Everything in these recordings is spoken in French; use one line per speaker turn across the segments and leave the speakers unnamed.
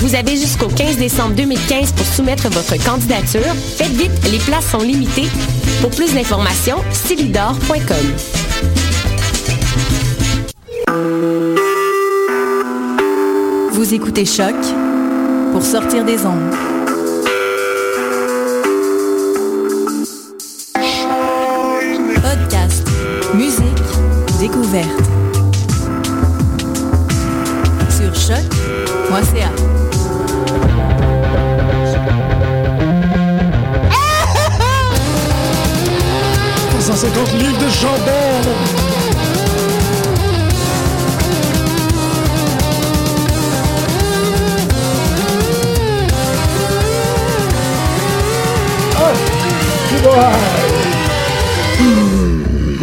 Vous avez jusqu'au 15 décembre 2015 pour soumettre votre candidature. Faites vite, les places sont limitées. Pour plus d'informations, célidor.com.
Vous écoutez Choc pour sortir des ondes. Podcast, musique, découverte. Sur choc.ca.
livres de chandelle.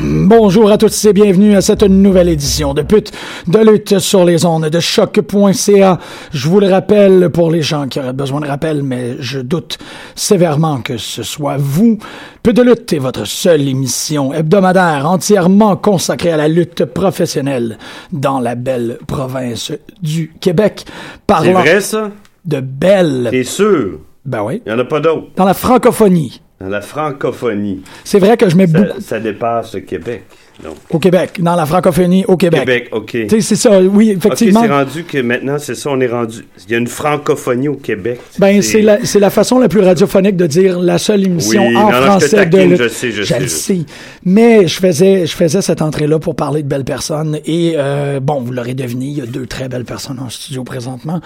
Bonjour à tous et bienvenue à cette nouvelle édition de Pute de lutte sur les ondes de choc.ca. Je vous le rappelle pour les gens qui auraient besoin de rappel, mais je doute sévèrement que ce soit vous. Pute de lutte est votre seule émission hebdomadaire entièrement consacrée à la lutte professionnelle dans la belle province du Québec.
C'est
Parlant
vrai, ça?
de belle,
T'es sûr?
ben oui,
Il n'y en a pas d'autres.
dans la francophonie.
Dans la francophonie,
C'est vrai que je mets beaucoup
ça, ça dépasse le Québec. Donc,
au Québec, dans la francophonie au Québec.
Québec, OK.
Ben, Tu sais, C'est ça, oui,
OK, c'est
effectivement.
rendu que maintenant, c'est ça, on est rendu. Il y a une francophonie au Québec.
Ben, c'est la, c'est la façon la plus radiophonique de dire la seule émission
Oui,
en
non, non, je te
français
taquine,
de
je sais, je sais,
le
je sais.
sais. Mais je faisais, je faisais cette entrée-là pour parler de belles personnes. Et euh, bon, vous l'aurez deviné, il y a deux très belles personnes en studio présentement.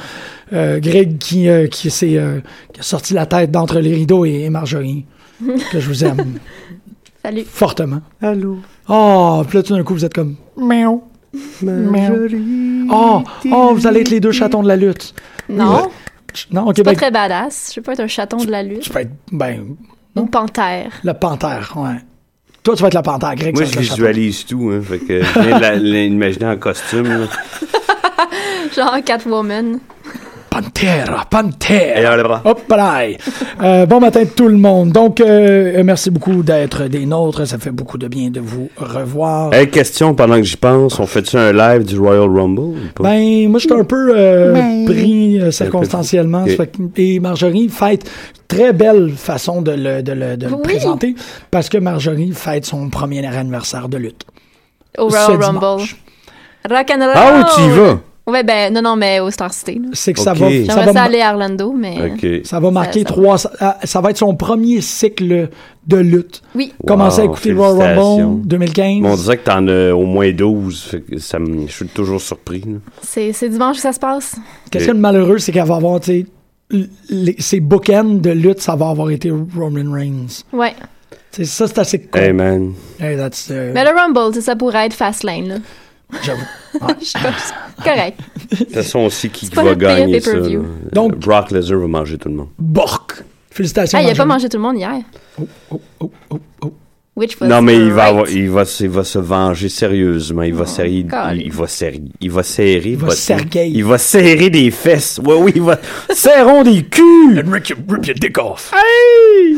Euh, Greg qui, euh, qui, s'est, euh, qui a sorti la tête d'entre les rideaux et, et Marjorie, que je vous aime
Salut.
fortement.
Allô,
Oh, puis là, tout d'un coup, vous êtes comme... Miaou.
Marjorie.
Oh, oh, vous allez être les deux chatons de la lutte.
Non,
Non, ok,
c'est pas
ben,
très badass. Je peux être un chaton de la lutte.
tu peux être... Ben,
Une panthère.
La panthère, ouais. Toi, tu vas être la panthère grecque.
Moi,
ça,
je
c'est la
visualise tout, hein, fait que je viens de la- l'imaginer en costume. là.
Genre Catwoman.
chatte- Panthère, panthère.
Et alors, le bras.
Hop là! Euh, bon matin tout le monde. Donc, euh, euh, merci beaucoup d'être des nôtres. Ça fait beaucoup de bien de vous revoir.
Hey, question pendant que j'y pense, on fait-tu un live du Royal Rumble ou pas?
Ben, moi, je suis un peu euh,
Ben.
pris euh, circonstanciellement.
Ok.
Ça fait que- Et Marjorie fête très belle façon de le, de le- de le
Oui.
présenter parce que Marjorie fête son premier anniversaire de lutte.
Au
Ce
Royal
dimanche.
Rumble. Rock and roll.
Ah, oh, tu y vas?
Ouais, ben, non, non, mais au Star City. là.
C'est que
Ok.
ça va,
J'aimerais
ça
ça
va,
aller à Orlando, mais. euh,
OK.
Ça va marquer
Ça- ça-
300 ah, Ça va être son premier cycle de lutte.
Oui.
Commencer à
Wow,
écouter le Royal
félicitations.
Rumble 2015.
Mais on dirait que t'en as au moins 12, fait que ça me- je suis toujours surpris. là.
C'est c'est dimanche que ça se passe.
Qu'est-ce qu'il y a de malheureux, c'est qu'elle va avoir, tu sais, l- les- ses bookends de lutte, ça va avoir été Roman Reigns.
Ouais.
Tu sais, ça, c'est assez cool.
Hey, man.
Hey, that's, euh,
Mais le Rumble, tu sais, ça pourrait être Fastlane, là.
j'avoue.
Je suis pas- c'est correct.
De toute façon, on sait qui
pas
va
le pire
gagner ça.
pay-per-view.
là.
Donc-
Euh, Brock Lesnar va manger tout le monde.
Bork! Félicitations.
Ah, il a pas
Marjorie.
mangé tout le monde hier.
Oh, oh, oh, oh.
Which was
non, mais il va,
great.
avoir- il, va, se- il va se venger sérieusement.
Oh,
Il va serrer. Il, il va serrer. Il va serrer.
va
votre-
serguer.
Il va serrer des fesses. Oui, oui, il va. Serrons des culs!
Rip your, rip your dick off.
Hey!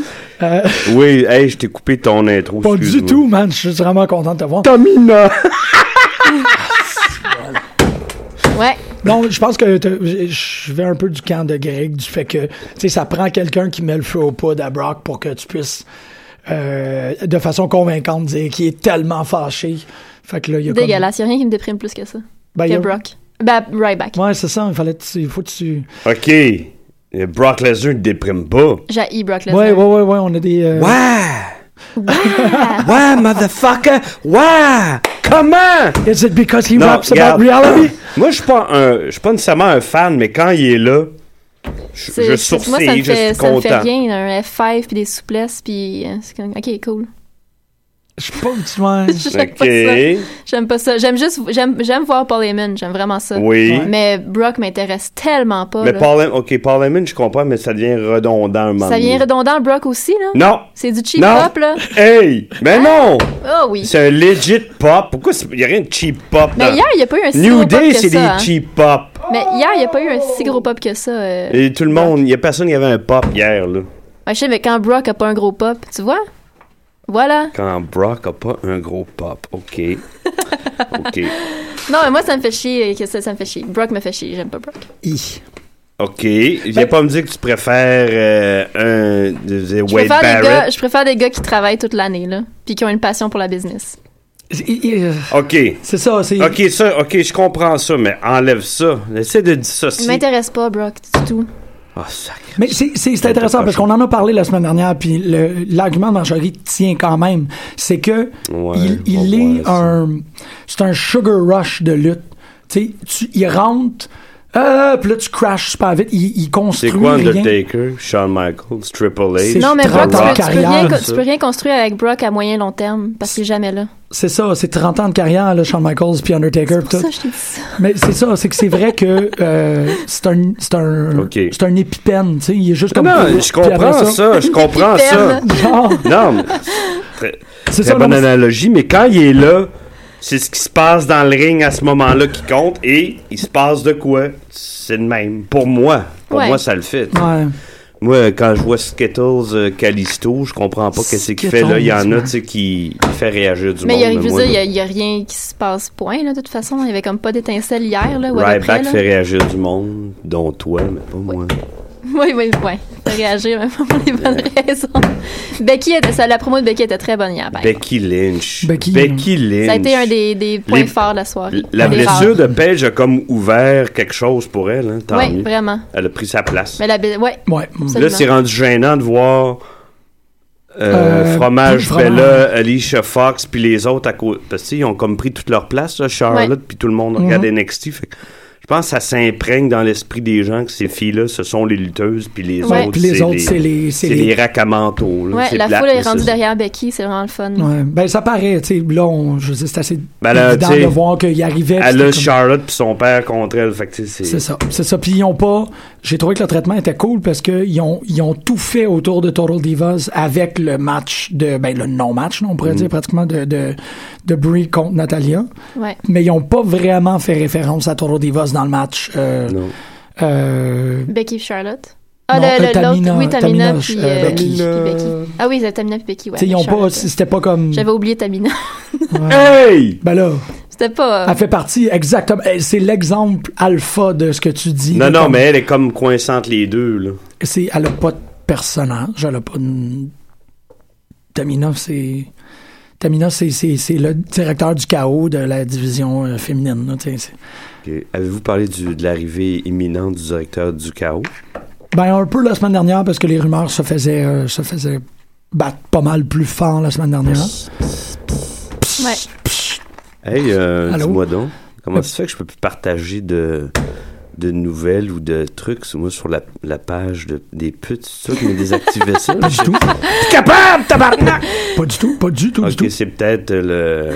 Oui, hey, je t'ai coupé ton intro.
Euh, Pas du
excuse-moi.
tout, man. Je suis vraiment content de te voir.
Tamina!
Ouais.
Non, je pense que t'as- je je vais un peu du camp de Greg, du fait que tu sais, ça prend quelqu'un qui met le feu au poudre à Brock pour que tu puisses euh, de façon convaincante dire qu'il est tellement fâché. Fait que là, il y a comme-
Dégueulasse. Y a rien qui me déprime plus que ça.
Ben, il y
que
a-
Brock. Ben, Ryback.
Ouais, c'est ça. Il fallait, que tu- il faut que tu.
OK. Euh, Brock Lesnar ne déprime pas.
J'ai Brock Lesnar.
Ouais, ouais, ouais, ouais. On a des. euh,
Ouais!
Ah!
Ouais, motherfucker! Ouais! Comment?
Is it because he
Non,
raps about
regarde.
reality?
Moi, je suis pas un, je suis pas nécessairement un fan, mais quand il est là, je,
C'est-
je
c'est- moi, ça me
sourcille, je
fait,
suis
ça me fait
content.
rien, un F5 puis des souplesses puis euh, c'est comme OK, cool.
Je sais pas où tu vas.
J'aime
Ok.
pas ça. J'aime pas ça. J'aime juste j'aime j'aime voir Paul Heyman, j'aime vraiment ça.
Oui.
Mais Brock m'intéresse tellement pas.
Mais
Oh là.
Paul, Hem- ok, Paul Heyman, je comprends, mais ça devient redondant un moment
ça vient
donné.
redondant Brock aussi là.
Non!
C'est du cheap
Non.
pop là.
Hey! Mais non!
Oh oui.
C'est un legit pop. Pourquoi c'est- il n'y a rien de cheap pop?
Mais
dans-
hier, il y a pas eu un si
New
gros pop
Day,
que
c'est des
ça. hein.
cheap pop.
Mais hier, il y a pas eu un si gros pop que ça. euh.
Et tout le monde, il n'y a personne qui avait un pop hier, là.
Ouais, je sais, mais quand Brock a pas un gros pop, tu vois? Voilà.
Quand Brock a pas un gros pop. OK. OK.
Non, mais moi, ça me fait chier. Que ça, ça me fait chier. Brock me fait chier. J'aime pas Brock.
Hi.
OK. Viens pas me dire que tu préfères euh, un de- de
Ben Je
Wade
préfère, des gars,
Barrett.
je préfère des gars qui travaillent toute l'année, là, puis qui ont une passion pour la business.
I- i- euh,
OK.
C'est ça. C'est.
OK, ça, OK, je comprends ça, mais enlève ça. Essaie de
Il
dissocier.
m'intéresse pas, Brock, du tout.
Ah, sacré.
Mais c'est- c'est c'est intéressant parce qu'on en a parlé la semaine dernière, puis le- l'argument de Marjorie tient quand même. C'est que
Ouais,
il, il
on
est
voit ça.
un. C'est un sugar rush de lutte. Tu sais, tu- il rentre, euh, puis là, tu crashes super vite. Il, il construit.
C'est quoi
rien.
Undertaker, Shawn Michaels, Triple
C'est
H?
Non, mais Brock, tu peux,
ans de
tu peux
carrière,
rien, co-
ça.
tu peux rien construire avec Brock à moyen long terme, parce qu'il est jamais là.
C'est ça, c'est 30 ans de carrière, là, Shawn Michaels, puis Undertaker, puis
Pour
tout.
ça, je t'ai dit ça.
Mais c'est ça, c'est que c'est vrai que euh, c'est un, c'est un,
Ok.
c'est un épipène, tu sais, il est juste comme.
Non, je
Puis après
comprends ça, je comprends ça.
Genre,
Non, mais très,
c'est
très
ça.
bonne
non, mais-
analogie, mais quand il est là, c'est ce qui se passe dans le ring à ce moment-là qui compte et il se passe de quoi? C'est le même. Pour moi, pour
Ouais.
moi, ça le fait.
Ouais.
Moi, quand je vois Skittles, euh, Callisto, je comprends pas qu'est-ce qu'il fait là. Il y en a,
Skittles,
tu sais, qui fait réagir du
Mais
monde.
il y a, je veux
moi,
dire, il y a- il y a rien qui se passe, point, là, de toute façon. Il y avait comme pas d'étincelle hier, là, ou à peu près,
Ryback
là.
fait réagir du monde, dont toi, mais pas moi.
Oui, oui, oui. Fait réagir, même pas pour les bonnes raisons. Becky, était- ça, la promo de Becky était très bonne hier, par exemple.
Becky Lynch.
Becky-
Lynch.
Ça a été un des, des points
Les-
forts de la soirée.
La
Un des rares.
blessure de Page a comme ouvert quelque chose pour elle, hein, tant
Oui,
mieux.
vraiment.
Elle a pris sa place.
Mais la... ba- Ouais,
Ouais. mm.
Là,
absolument.
c'est rendu gênant de voir euh,
Euh,
Fromage,
Fromage.
Bella, Alicia Fox, puis les autres à côté. Parce qu'ils ont comme pris toute leur place, là, Charlotte, puis tout le monde regarde
Mhm.
NXT. Fait que je pense que ça s'imprègne dans l'esprit des gens que ces filles-là, ce sont les lutteuses, puis les
Ouais.
autres,
Puis les
c'est
autres, c'est les- c'est
c'est
les-
les racs à manteau. là.
Ouais,
C'est
la
plate,
foule est
mais
rendue
c'est-
derrière Becky, c'est vraiment le fun.
Ouais, ben ça paraît, tu sais, là, on, je veux dire, c'est assez
Ben là,
évident
tu sais,
de voir qu'il arrivait. puis
Elle
c'était comme-
a Charlotte puis son père contre elle. Fait que, tu sais,
C'est ça, c'est ça. Puis ils ont pas. J'ai trouvé que le traitement était cool parce que ils ont, ils ont tout fait autour de Total Divas avec le match de, ben le non-match, non, on
Mm.
pourrait dire pratiquement de de, de Brie contre Natalia.
Ouais.
Mais ils ont pas vraiment fait référence à Total Divas dans le match. euh,
Non.
euh,
Becky et Charlotte. Ah,
Non,
le- le-
euh,
l'autre,
Tamina,
oui, Tamina,
Tamina,
puis,
euh,
euh,
Becky.
puis Becky. Ah oui, c'est Tamina puis Becky, ouais.
tu sais, ils ont pas.
Charlotte.
C'était pas comme.
J'avais oublié Tamina.
Hey!
Ben là,
C'était pas... euh,
elle fait partie exactement. elle- C'est l'exemple alpha de ce que tu dis.
Non,
de
non,
comme-
mais elle est comme coincante les deux, là.
c'est elle a pas de personnage, elle a pas de... Tamina, c'est... Tamina, c'est, c'est, c'est le directeur du chaos de la division euh, féminine. là, tu sais, c'est-
Ok. Avez-vous parlé du- de l'arrivée imminente du directeur du chaos?
Ben, un peu la semaine dernière, parce que les rumeurs se faisaient, euh, se faisaient battre pas mal plus fort la semaine dernière.
Ouais.
Hey, euh,
Allô? Euh.
dis-moi donc, comment ça se fait que je peux plus partager de, de nouvelles ou de trucs sur moi sur la, la page de- des putes? C'est ça qui m'a désactivé ça?
Pas du tout.
capable, tabarnak!
Pas du tout, pas du tout, du
Ok,
tout.
c'est peut-être le...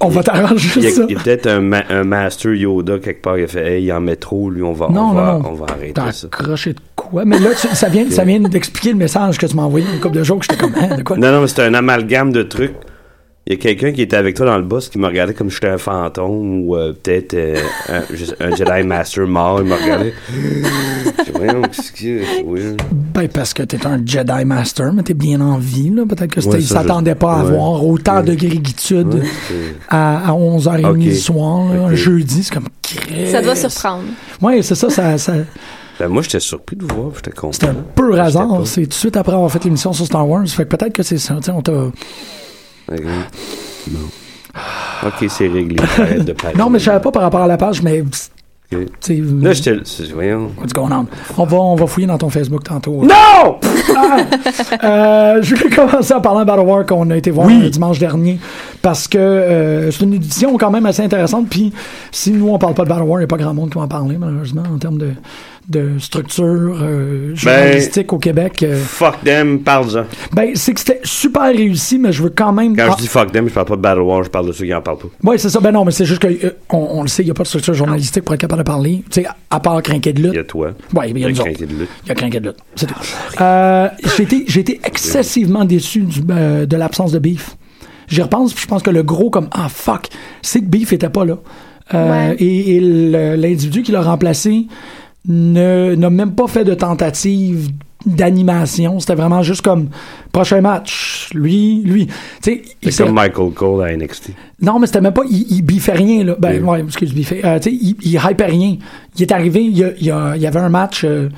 On va t'arranger
Il y a,
ça.
il y a peut-être un, ma- un master Yoda quelque part qui a fait « Hey, il en met trop, lui, on va,
Non,
on va,
non, non.
On va arrêter
T'as
ça.
accroché de quoi? Mais là, tu- ça vient, ça vient d'expliquer le message que tu m'as envoyé une couple de jours que j'étais comme, hein, de quoi?
Non, non, mais c'est un amalgame de trucs. Il Il y a quelqu'un qui était avec toi dans le bus qui me regardait comme si j'étais un fantôme ou euh, peut-être euh, un, je sais- un Jedi Master mort. Il me regardait. Je dis, Voyons, qu'est-ce qu'il y a? C'est weird.
Ben, parce que t'es un Jedi Master, mais t'es bien en vie, là. Peut-être que c'était,
Ouais,
ils
ça, je-
s'attendaient pas à
ouais.
avoir autant de grégitude à, à 11h30
Ok.
du soir, là, un
Ok.
jeudi. C'est comme Christ.
Ça doit surprendre.
Ouais, Euh, c'est ça, ça, ça-
Ben, moi, j'étais surpris de vous voir. J'étais content.
c'était un peu
J'étais pas-
hasard. C'est tout de suite après avoir fait l'émission sur Star Wars. Fait que peut-être que c'est ça. Tu sais, on t'a.
Ok. Non. Ok, c'est réglé. Arrête de parler.
Non, mais je savais pas par rapport à la page, mais. pss,
Ok.
Tu sais,
Là, j'étais. c'est- Voyons.
what's going on? On va, on va fouiller dans ton Facebook tantôt. Ah!
Non!
Euh, je voulais commencer en parlant de Battle War qu'on a été voir le dimanche dernier parce que euh, c'est une édition quand même assez intéressante. Puis si nous on parle pas de Battle War, il n'y a pas grand monde qui va en parler malheureusement en termes de, de structure euh, journalistique
Ben
au Québec. Euh,
Fuck them, parle-en.
ben c'est que c'était super réussi, mais je veux quand même.
Quand
Ah,
je dis fuck them, je parle pas de Battle War, je parle de ceux qui en parlent pas.
ouais, c'est ça. Ben non, mais c'est juste que euh, on, on le sait, il n'y a pas de structure journalistique pour être capable de parler. Tu sais, à- à part crinquer de lutte.
Il y a toi.
Ouais, mais il y a
Le
nous autres.
crinqué Ben, de lutte.
Il y a craqué de lutte. C'est tout. Euh, j'ai été, j'ai été excessivement déçu du- euh, de l'absence de Beef. J'y repense, puis je pense que le gros comme ah fuck, c'est que Beef était pas là. Euh,
Ouais.
Et, et le- l'individu qui l'a remplacé ne n'a même pas fait de tentative d'animation. C'était vraiment juste comme prochain match, lui, lui. Tu sais, il
C'est
s'est-
comme Michael Cole à NXT.
non, mais c'était même pas. Il, il biffait rien, là. Ben,
Mm.
ouais, excuse, biffait. Euh, tu sais, il, il hypait rien. Il est arrivé, il y, a- il y a- il y avait un match euh,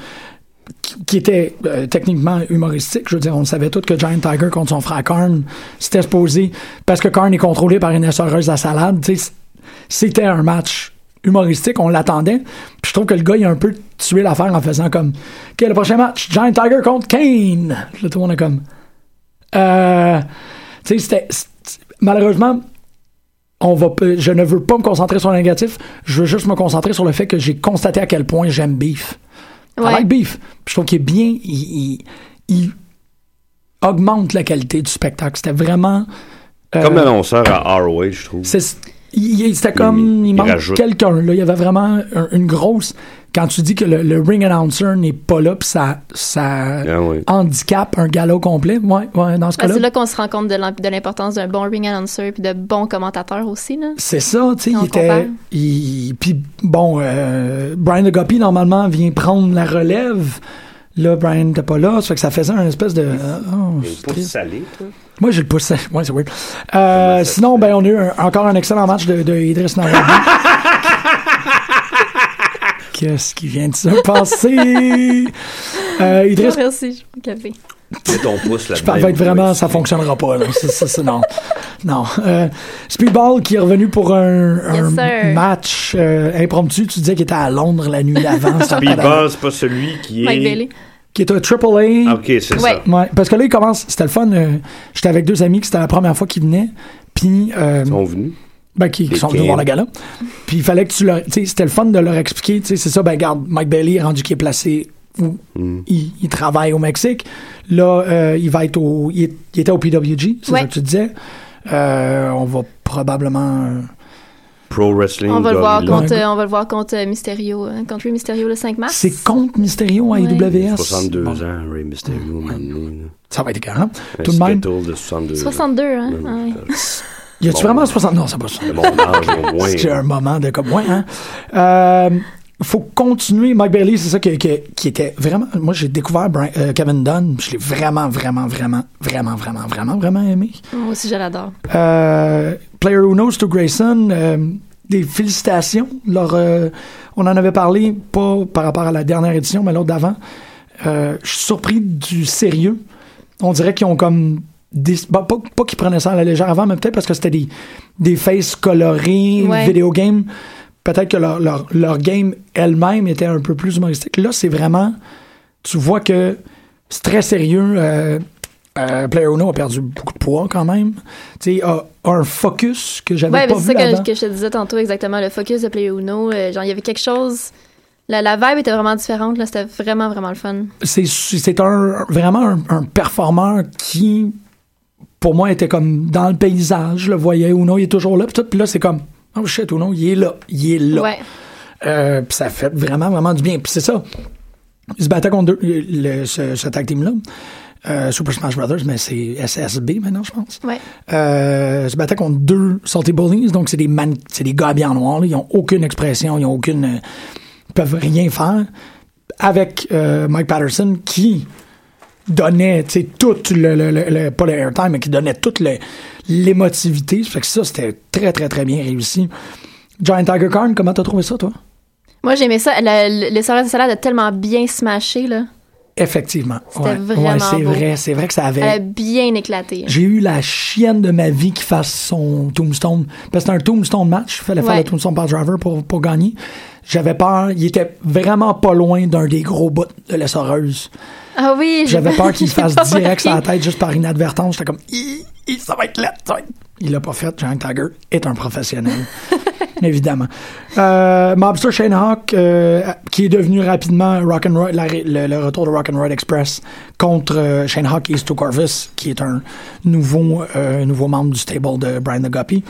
qui, qui était euh, techniquement humoristique. Je veux dire, on le savait tous que Giant Tiger contre son frère Karn, c'était supposé. Parce que Karn est contrôlé par une essoreuse à salade. Tu sais, c'était un match humoristique, on l'attendait. Puis je trouve que le gars, il a un peu tué l'affaire en faisant comme OK, le prochain match, Giant Tiger contre Kane. Puis Là, tout le monde est comme. Euh, tu sais, c'était. c'est- Malheureusement, on va, pas- je ne veux pas me concentrer sur le négatif. Je veux juste me concentrer sur le fait que j'ai constaté à quel point j'aime Beef.
Ouais.
I like Beef. Puis Je trouve qu'il est bien. Il, il- il augmente la qualité du spectacle. C'était vraiment. euh,
Comme l'annonceur à ROH, je trouve.
c'est- il- il- C'était comme. Il,
il
manque
rajoute.
quelqu'un. là. Il y avait vraiment un- une grosse. Quand tu dis que le, le ring announcer n'est pas là, puis ça, ça
Ah oui.
handicap un galop complet. Ouais, ouais, dans ce
Ah,
cas-là.
c'est là qu'on se rend compte de l'im- de l'importance d'un bon ring announcer puis de bons commentateurs aussi. Là.
C'est ça, tu sais,
On
il
compare.
était... il- Puis bon, euh, Brian Legopi, normalement, vient prendre la relève. Là, Brian n'était pas là, ça fait que ça faisait un espèce de... euh, oh, c'est
Pas
triste.
salé, toi.
Moi, j'ai le pouce... Ouais, c'est weird. Euh, sinon, ben, on a eu un- encore un excellent match de, de Idriss Narabi. Qu'est-ce qui vient de se passer? Euh, Idriss
Merci, je prends le café.
Mets ton pouce là-dedans.
ça va être vraiment,
Ben, Ouais.
ça fonctionnera pas. là. C'est- c'est- c'est- non. non. Euh, Speedball qui est revenu pour un,
Yes,
un
sir.
match euh, impromptu. Tu disais qu'il était à Londres la nuit d'avant. ça
Puis
a pas d'allure.
Buzz, c'est pas celui qui
Mike
est. Ah,
Bailey.
qui est un Triple A.
Ok, c'est
Ouais.
ça.
Ouais, parce que là, il commence. C'était le fun. euh, J'étais avec deux amis, que c'était la première fois qu'ils venaient. Puis, euh,
Ils sont venus.
ben, qui, qui
Des
sont venus
kids.
voir le gala. Puis il fallait que tu leur. Tu sais, c'était le fun de leur expliquer. Tu sais, c'est ça, ben, garde, Mike Bailey est rendu qui est placé où
Hmm.
il, il travaille au Mexique. Là, euh, il va être au. Il, est- il était au PWG, c'est
Ouais.
ça que tu disais. Euh, on va probablement. euh,
Pro Wrestling.
On va, le voir
Gorilla.
contre, euh, on va le voir contre euh, Mysterio, hein, contre Rey Mysterio le 5 mars.
C'est contre Mysterio à
Ouais.
IWS.
62
Bon,
ans, Ray Mysterio, maintenant.
Ça va être écœurant. hein?
Un
Tout de même.
Skittle de 62
62, hein? ouais.
ans.
Y a-tu
Bon.
vraiment 60 Non, ça va pas
Bon âge, au moins.
C'est un moment de comme, ouais, hein. Euh, faut continuer. Mike Bailey, c'est ça qui, qui- qui était vraiment. Moi, j'ai découvert Brian- euh, Kevin Dunn. Je l'ai vraiment, vraiment, vraiment, vraiment, vraiment, vraiment, vraiment aimé.
Moi aussi, je l'adore.
Euh, Player Who Knows to Grayson, euh, des félicitations. Leur, euh, on en avait parlé, pas par rapport à la dernière édition, mais l'autre d'avant. Euh, Je suis surpris du sérieux. On dirait qu'ils ont comme. Des, bah, pas pas qu'ils prenaient ça à la légère avant, mais peut-être parce que c'était des, des faces colorées,
Ouais.
vidéo game. Peut-être que leur, leur, leur game elle-même était un peu plus humoristique. Là, c'est vraiment. Tu vois que c'est très sérieux. Euh, euh, Player Uno a perdu beaucoup de poids quand même. Tu sais, a, a un focus que j'avais
Ouais, mais
pas
c'est ça
vu avant.
que, que je te disais tantôt exactement, le focus de Play Uno. euh, genre, il y avait quelque chose. La, la vibe était vraiment différente, là. C'était vraiment, vraiment le fun.
C'est, c'est un, vraiment un, un performeur qui, pour moi, était comme dans le paysage. Je le voyais Uno, il est toujours là. Puis tout. Puis là, c'est comme, oh shit, Uno, il est là. Il est là.
Ouais.
Euh, puis ça fait vraiment, vraiment du bien. Puis c'est ça. Ils se battaient contre deux- le- ce, ce tag team-là. euh, Super Smash Brothers, mais c'est SSB maintenant, je pense.
Ouais.
Euh, se battaient contre deux Salty Bullies, donc c'est des, man- c'est des gars habillés en noir, là. ils ont aucune expression, ils ont aucune... euh, ils peuvent rien faire. Avec euh, Mike Patterson, qui donnait, tu sais, tout le, le- le- le- pas le airtime, mais qui donnait toute le- l'émotivité. Ça fait que ça, c'était très, très, très bien réussi. Giant Tiger Khan, comment t'as trouvé ça, toi?
Moi, j'aimais ça. La- le- le serveur de salade a tellement bien smashé, là.
Effectivement.
C'était
ouais.
vraiment
Ouais, c'est
beau.
vrai, c'est vrai que ça
Elle a
avait.
bien éclaté.
J'ai eu la chienne de ma vie qui fasse son tombstone. Parce que c'était un tombstone match. Il fallait faire
Ouais.
le tombstone par driver pour, pour gagner. J'avais peur. Il était vraiment pas loin d'un des gros bouts de la soreuse.
Ah oui, j'ai-
J'avais peur qu'il
j'ai
fasse
pas
direct sur la
remarqué.
tête juste par inadvertance. J'étais comme, Hi, hi, ça va être laid, ça va être- Il l'a pas fait. Giant Tiger est un professionnel. évidemment. Euh, Mobster Shane Hawk, euh, qui est devenu rapidement Rock'n'Roll- la ré- le, le retour de Rock'n'Roll Express contre euh, Shane Hawk et Stu Corvus, qui est un nouveau, euh, nouveau membre du stable de Brian the Guppy.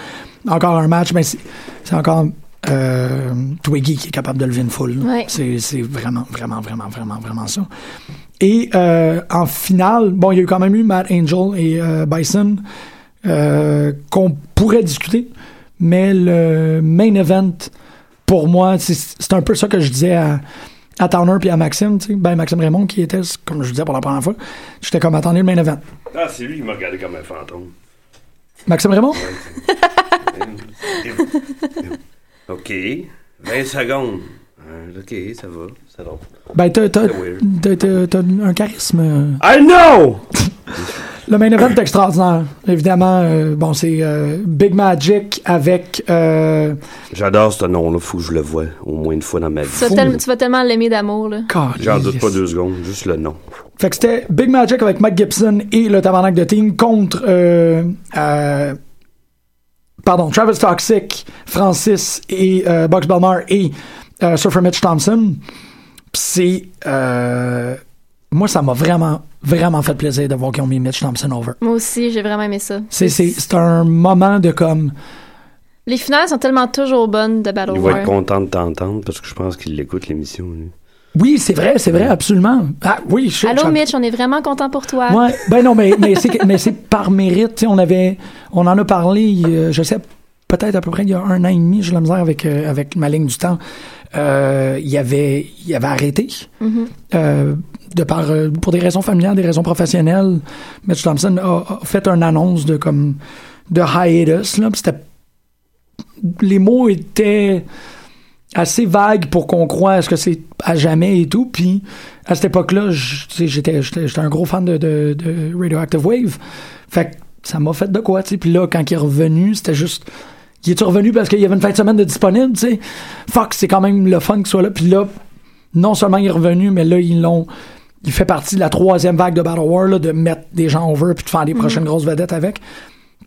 Encore un match, mais c'est c'est encore euh, Twiggy qui est capable de lever une foule.
Ouais.
C'est c'est vraiment, vraiment, vraiment, vraiment, vraiment ça. Et euh, en finale, bon, il y a eu quand même eu Matt Angel et euh, Bison euh, qu'on pourrait discuter, mais le main event, pour moi, c'est- c'est un peu ça que je disais à, à Towner puis à Maxime, tu sais, ben Maxime Raymond qui était, comme je disais pour la première fois, j'étais comme, attendez le main event.
Ah, c'est lui qui m'a regardé comme un fantôme.
Maxime Raymond?
OK. 20 secondes. Euh, OK, ça va. Ça va.
Ben, t'as t'as-
C'est weird.
t'as- t'as- t'as un charisme. euh.
I know!
Le main event est extraordinaire. Évidemment, euh, bon, c'est euh, Big Magic avec... euh,
J'adore ce nom-là. Faut que je le voie au moins une fois dans ma vie.
Tu vas, tel- tu vas tellement l'aimer d'amour, là.
J'en doute
Calisse.
pas deux secondes, juste le nom.
Fait que c'était Big Magic avec Mike Gibson et le tabarnak de team contre euh, euh, pardon, Travis Toxic, Francis et euh, Bugs Belmar et euh, Surfer Mitch Thompson. Pis c'est euh, moi ça m'a vraiment vraiment fait plaisir de voir qu'ils ont mis Mitch Thompson over.
Moi aussi, j'ai vraiment aimé ça.
C'est c'est c'est un moment de comme
Les finales sont tellement toujours bonnes de Battle
Il va
Royale.
être content de t'entendre parce que je pense qu'il l'écoute l'émission. lui.
oui, c'est vrai, c'est vrai absolument. Ah oui, je,
Allô,
je-
Mitch, on est vraiment content pour toi.
Ouais, ben non, mais, mais c'est que- mais c'est par mérite. tu sais, On, avait, on en a parlé, euh, je sais, peut-être à peu près il y a un an et demi, j'ai la misère avec, euh, avec ma ligne du temps. Euh, il, avait, il avait arrêté. euh, de par, euh, pour des raisons familiales, des raisons professionnelles, Mitch Thompson a, a fait une annonce de comme de hiatus. Là, puis c'était- les mots étaient assez vague pour qu'on croit à ce que c'est à jamais et tout. Puis à cette époque-là, je- tu sais, j'étais j'étais- j'étais un gros fan de, de- de Radioactive Wave. Fait que ça m'a fait de quoi, tu sais. Puis là, quand il est revenu, c'était juste. Il est revenu parce qu'il y avait une fin de semaine de disponible, tu sais. Fuck, c'est quand même le fun qu'il soit là. Puis là, non seulement il est revenu, mais là, ils l'ont. Il fait partie de la troisième vague de Battle War, là, de mettre des gens over puis de faire des prochaines grosses vedettes avec.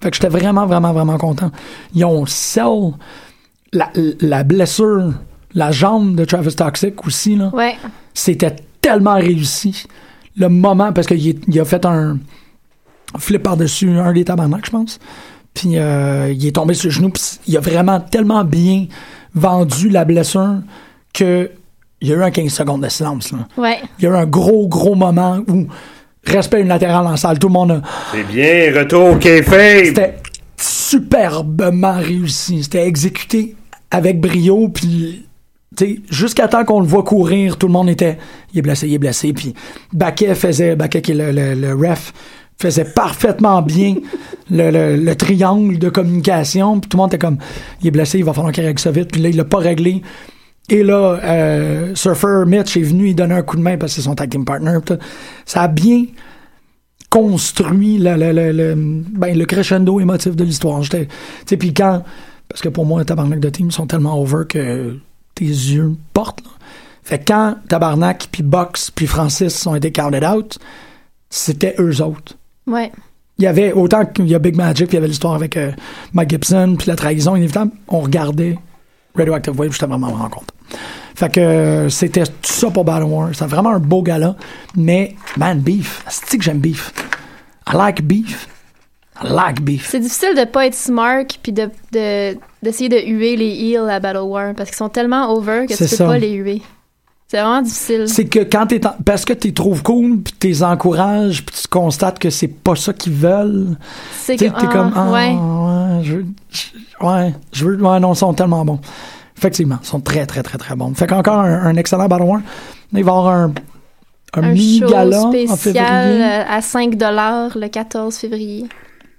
Fait que j'étais vraiment, vraiment, vraiment content. Ils ont sell la, la blessure, la jambe de Travis Toxic aussi, là.
Ouais.
C'était tellement réussi. Le moment, parce qu'il est- il a fait un flip par-dessus un des tabarnaks, je pense. Puis euh, il est tombé sur le genou. Puis il a vraiment tellement bien vendu la blessure que il y a eu un 15 secondes de silence. Là.
Ouais.
Il y a eu un gros, gros moment où respect unilatéral en salle. Tout le monde a.
C'est bien, retour K-Fame!
C'était superbement réussi. C'était exécuté avec brio, puis tu sais, jusqu'à temps qu'on le voit courir, tout le monde était il est blessé, il est blessé, puis Baquet faisait Baquet qui est le, le- le ref faisait parfaitement bien le, le- le triangle de communication, puis tout le monde était comme il est blessé, il va falloir qu'il règle ça vite, puis là il l'a pas réglé. Et là, euh, Surfer Mitch est venu, il donnait un coup de main parce que c'est son tag team partner. puis tout. Ça a bien construit le, le, le, le- ben, le crescendo émotif de l'histoire. J'étais- Tu sais, puis quand. Parce que pour moi, Tabarnak de Team sont tellement over que tes yeux portent. là. Fait que quand Tabarnak, puis Box, puis Francis ont été counted out, c'était eux autres.
Ouais.
Il y avait autant qu'il y a Big Magic, puis il y avait l'histoire avec euh, Mike Gibson, puis la trahison inévitable. On regardait Radioactive Wave, j'étais vraiment vraiment content. Fait que euh, c'était tout ça pour Battle War. C'était vraiment un beau gala. Mais, man, beef. C'est que j'aime beef. I like beef. I like beef.
C'est difficile de pas être smart puis de, de- d'essayer de huer les heels à Battle War parce qu'ils sont tellement over que tu
C'est
peux
ça.
pas les huer. C'est vraiment difficile.
C'est que quand t'es en- parce que tu trouves cool, puis tu les encourages, puis tu constates que c'est pas ça qu'ils veulent.
C'est
Tu sais,
que-
t'es
ah,
comme ah,
ouais.
ouais, je veux, je- ouais, je veux, ouais, non, ils sont tellement bons. Effectivement, ils sont très très très très bons. Fait qu'encore un, un excellent battle Royale. Il va y avoir un un,
Un
mini
show
gala en
spécial
février,
euh, à 5 le 14 février.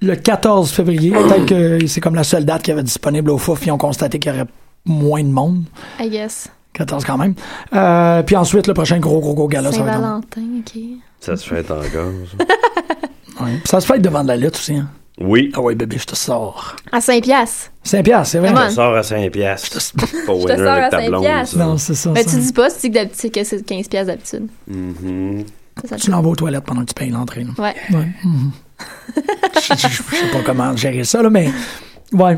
le 14 février.
Ah.
Peut-être que c'est comme la seule date qui avait disponible au Fouf, ils ont constaté qu'il y aurait moins de monde.
I guess.
14 quand même. Euh, puis ensuite, le prochain gros, gros, gros gala, ça va être... en-
Saint-Valentin, ok.
Ça se fait encore. ça.
Ouais. Ça se fait devant de la lutte aussi. Hein.
Oui.
Ah oui, bébé, je te sors.
À 5 piastres.
5 piastres, c'est vrai.
Come
Je sors à 5 piastres. Pas winner
sors à
avec ta
5
blonde,
piastres.
ça.
Non, c'est ça.
Mais
ça.
Ben, tu dis pas, tu dis que, d'habitude- que c'est 15 piastres d'habitude.
Mhm.
Ça, ça te-
Tu l'envoies aux toilettes pendant que tu payes l'entrée. là.
Ouais.
Ouais. Mhm. je, je- je sais pas comment gérer ça, là, mais... Ouais.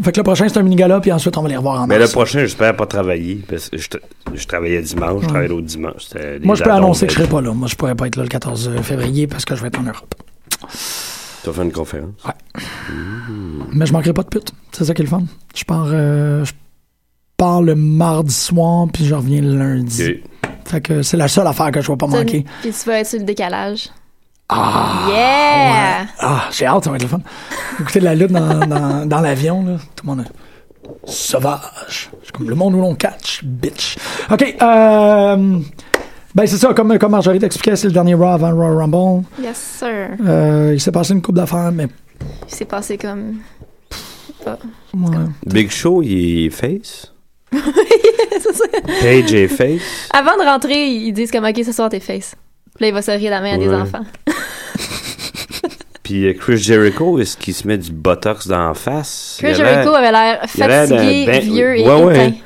Fait que le prochain, c'est un mini-gala, puis ensuite, on va les revoir en
Mais le
mars.
prochain, j'espère pas travailler. Parce que je, tra- je travaillais dimanche, je travaillais l'autre dimanche. C'était des
Moi, je peux
addons,
annoncer que je
mais
serai pas là. Moi, je pourrais pas être là le 14 février parce que je vais être en Europe.
Tu vas faire une conférence.
Mais je manquerai pas de pute. C'est ça qui est le fun. Je pars, euh, je pars le mardi soir, puis je reviens le lundi.
Ok.
Fait que c'est la seule affaire que je vais pas manquer.
Puis tu vas être sur le décalage. Ah! Yeah!
Ah, j'ai hâte, ça va être le fun. Écouter de la lutte dans, dans, dans l'avion, là. Tout le monde est sauvage. C'est comme le monde où l'on catch, bitch. OK, euh... Ben, c'est ça, comme, comme Marjorie t'expliquait, c'est le dernier Raw avant le Raw Rumble.
Yes, sir.
Euh, il s'est passé une coupe d'affaires, mais...
Il s'est passé comme.
ouais.
Big Show, il est face. Page est face.
Avant de rentrer, ils disent comme, OK, ce soir, t'es face. Puis là, il va se rire la main à des
Ouais.
enfants.
Puis euh, Chris Jericho, est-ce qu'il se met du botox dans la face? Il
Chris
a l'air-
Jericho avait l'air
il a l'air d'un
fatigué,
ben-
vieux et
ouais, ouais.
éteint.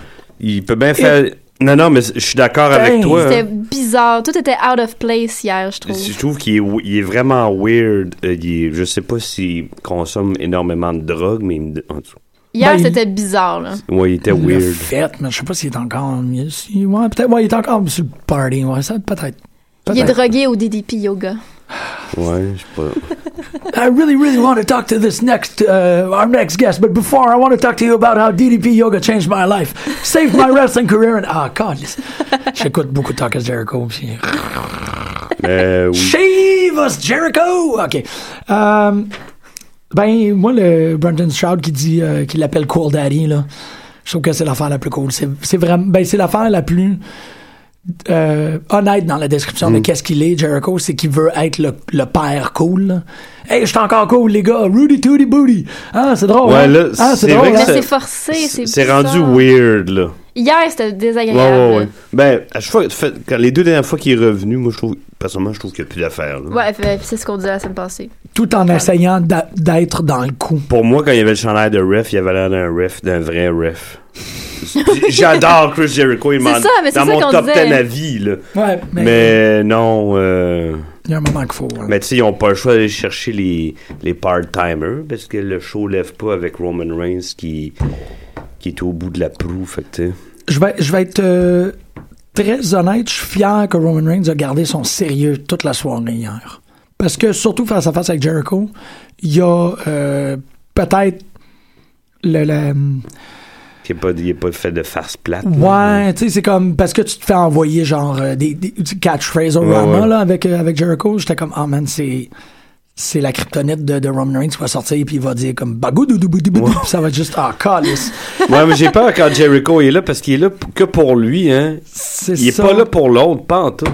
Il peut bien faire. Non, non, mais je suis d'accord
Hey,
avec toi.
C'était
hein.
bizarre. Tout était out of place hier, je trouve.
Je trouve qu'il est, w- il est vraiment weird. Euh, il est- je sais pas s'il consomme énormément de drogue, mais il me- en tout
Hier,
Ben, il-
c'était bizarre, là.
cas, ouais, il était
Il l'a
weird.
fait, mais je sais pas s'il est encore... il- si- ouais, peut-être... Ouais, il est encore sur le party, ouais, ça, peut-être.
Il est
Peut-être.
drogué au DDP yoga.
Ouais, je sais pas.
I really, really want to talk to this next, uh, our next guest, but before I want to talk to you about how DDP yoga changed my life, saved my wrestling career, and ah, God, yes. j'écoute beaucoup Talk as Jericho. puis-
Euh, oui.
Shave us, Jericho! OK. Euh, ben, moi, le Brenton Stroud qui dit, euh, qu'il l'appelle Cool Daddy, là, je trouve que c'est l'affaire la plus cool. C'est c'est vraiment, ben, c'est l'affaire la plus euh, honnête dans la description
Mm.
de qu'est-ce qu'il est, Jericho, c'est qu'il veut être le, le père cool. là. Hey, je suis encore cool, les gars. Rudy Tooty Booty. Ah, c'est drôle.
Ouais,
hein?
là,
Ah,
c'est
drôle.
vrai que
hein?
Mais
Ça-
c'est forcé, c'est
C'est
bizarre.
rendu weird, là.
Hier, c'était
Ouais, ouais, ouais.
désagréable.
Ben, à chaque fois, fait- quand les deux dernières fois qu'il est revenu, moi, je trouve, personnellement, je trouve qu'il n'y a plus d'affaires. là.
Ouais, fait- c'est ce qu'on disait la semaine passée.
Tout en essayant d'a- d'être dans le coup.
Pour moi, quand il y avait le chandail de ref, il y avait l'air d'un ref, d'un vrai ref. J'adore Chris Jericho. Il
C'est
m'en-
ça, mais c'est
dans
ça
mon
qu'on
top
disait.
10 à vie, là.
Ouais,
Mais, non, euh,
il y a un moment qu'il faut. hein.
mais tu sais, ils n'ont pas le choix d'aller chercher les, les part-timers parce que le show lève pas avec Roman Reigns qui, qui est au bout de la proue. Fait que, tu sais.
je vais, je vais être euh, très honnête, je suis fier que Roman Reigns a gardé son sérieux toute la soirée hier. Parce que surtout face à face avec Jericho, il y a euh, peut-être le, le-
il n'est pas, il est pas fait de farce plate. là.
Ouais, tu sais, c'est comme parce que tu te fais envoyer genre euh, des, des du catchphrase au
Ouais,
Rama,
ouais.
là avec euh, avec Jericho, j'étais comme ah man, c'est c'est la kryptonite de, de Roman Reigns qui va sortir puis il va dire comme bagoudoudouboudouboudou, puis ça va être juste ah calice.
ouais, mais j'ai peur quand Jericho est là parce qu'il est là p- que pour lui. Hein.
C'est
Il n'est
ça.
pas là pour l'autre, pas en tout.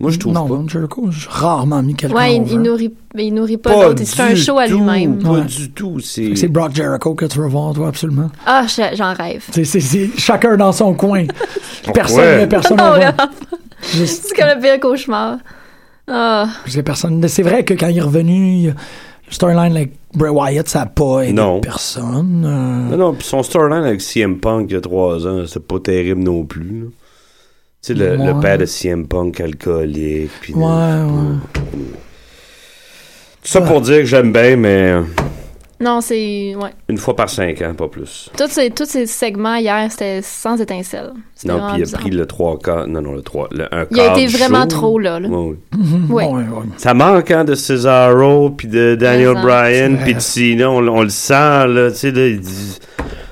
Moi, je trouve
Non,
pas.
Jericho, j'ai rarement mis quelqu'un
Ouais, il,
over.
il nourrit, il nourrit pas, l'autre. Il se fait un
du
show à
tout,
lui-même.
Pas
Ouais.
du tout.
Fait
C'est
que C'est Brock Jericho que tu veux voir, toi, absolument.
Ah, je- j'en rêve.
C'est- C'est c'est chacun dans son coin. Personne,
Ouais.
mais personne
Non,
en voit.
vraiment.
Juste-
C'est comme le pire cauchemar. Ah,
c'est personne. Mais C'est vrai que quand il est revenu, il- le storyline avec Bray Wyatt, ça n'a pas aidé
Non.
personne. Euh,
Non, non, puis son storyline avec CM Punk il y a trois ans, c'est pas terrible non plus. là. Tu sais, le, le
Ouais.
père de CM Punk alcoolique. Puis
Ouais,
là,
ouais.
Tout ça pour dire que j'aime bien, mais
non, c'est. Ouais.
une fois par cinq ans, pas plus.
Tous ces, tous ces segments hier, c'était sans étincelle. C'était
Non,
vraiment
puis il a
bizarre.
pris le trois quarts. Non, non, le trois. Le un
Il a
quart
été
du
vraiment
show.
trop là. là.
Ouais, ouais.
Ouais.
ouais, ouais.
Ça manque hein, de Cesaro, puis de Daniel
Mais ça,
Bryan,
c'est
puis de
vrai.
Cena. On, on le sent, là. Tu sais, là, il dit-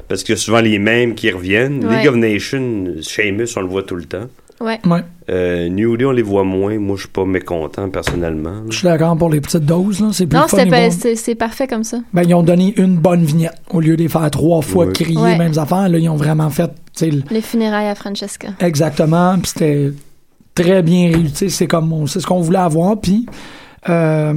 Parce que souvent les mêmes qui reviennent.
Ouais.
League of Nations, Sheamus, on le voit tout le temps.
Ouais.
Ouais.
Euh, New Day, on les voit moins. Moi, je suis pas mécontent personnellement. là.
Je suis d'accord pour les petites doses, là. C'est plus
Non,
fun,
c'était
ils
pas-
vont-
c'est c'est parfait comme ça.
Ben, ils ont donné une bonne vignette. Au lieu de les faire trois fois
Ouais.
crier
Ouais.
les mêmes affaires, là, ils ont vraiment fait, tu sais, le-
Les funérailles à Francesca.
Exactement. Puis c'était très bien réussi. C'est comme on- c'est ce qu'on voulait avoir. Puis euh,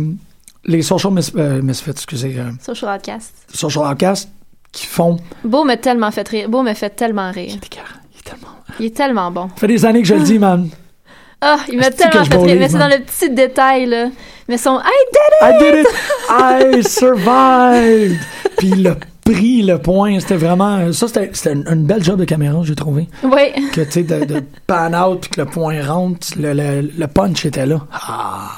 les social mis, euh, misfits, excusez, euh,
Social Outcast.
social outcasts qui font.
Beau m'a tellement fait rire. Beau me fait tellement rire.
Il est écœurant, il est tellement-
Il est tellement bon.
Ça fait des années que je le dis, man.
Ah, il m'a
Est-ce que
tellement
je
fait
vais
rire.
au
Mais c'est
livre,
dans le petit détail, là. Mais son Hey, Daddy!
I did it! I survived! Puis il a pris le point. C'était vraiment. Ça, c'était c'était une, une belle job de caméra, j'ai trouvé.
Oui.
Que tu sais, de, de pan out puis que le point rentre, le, le- le punch était là. Ah!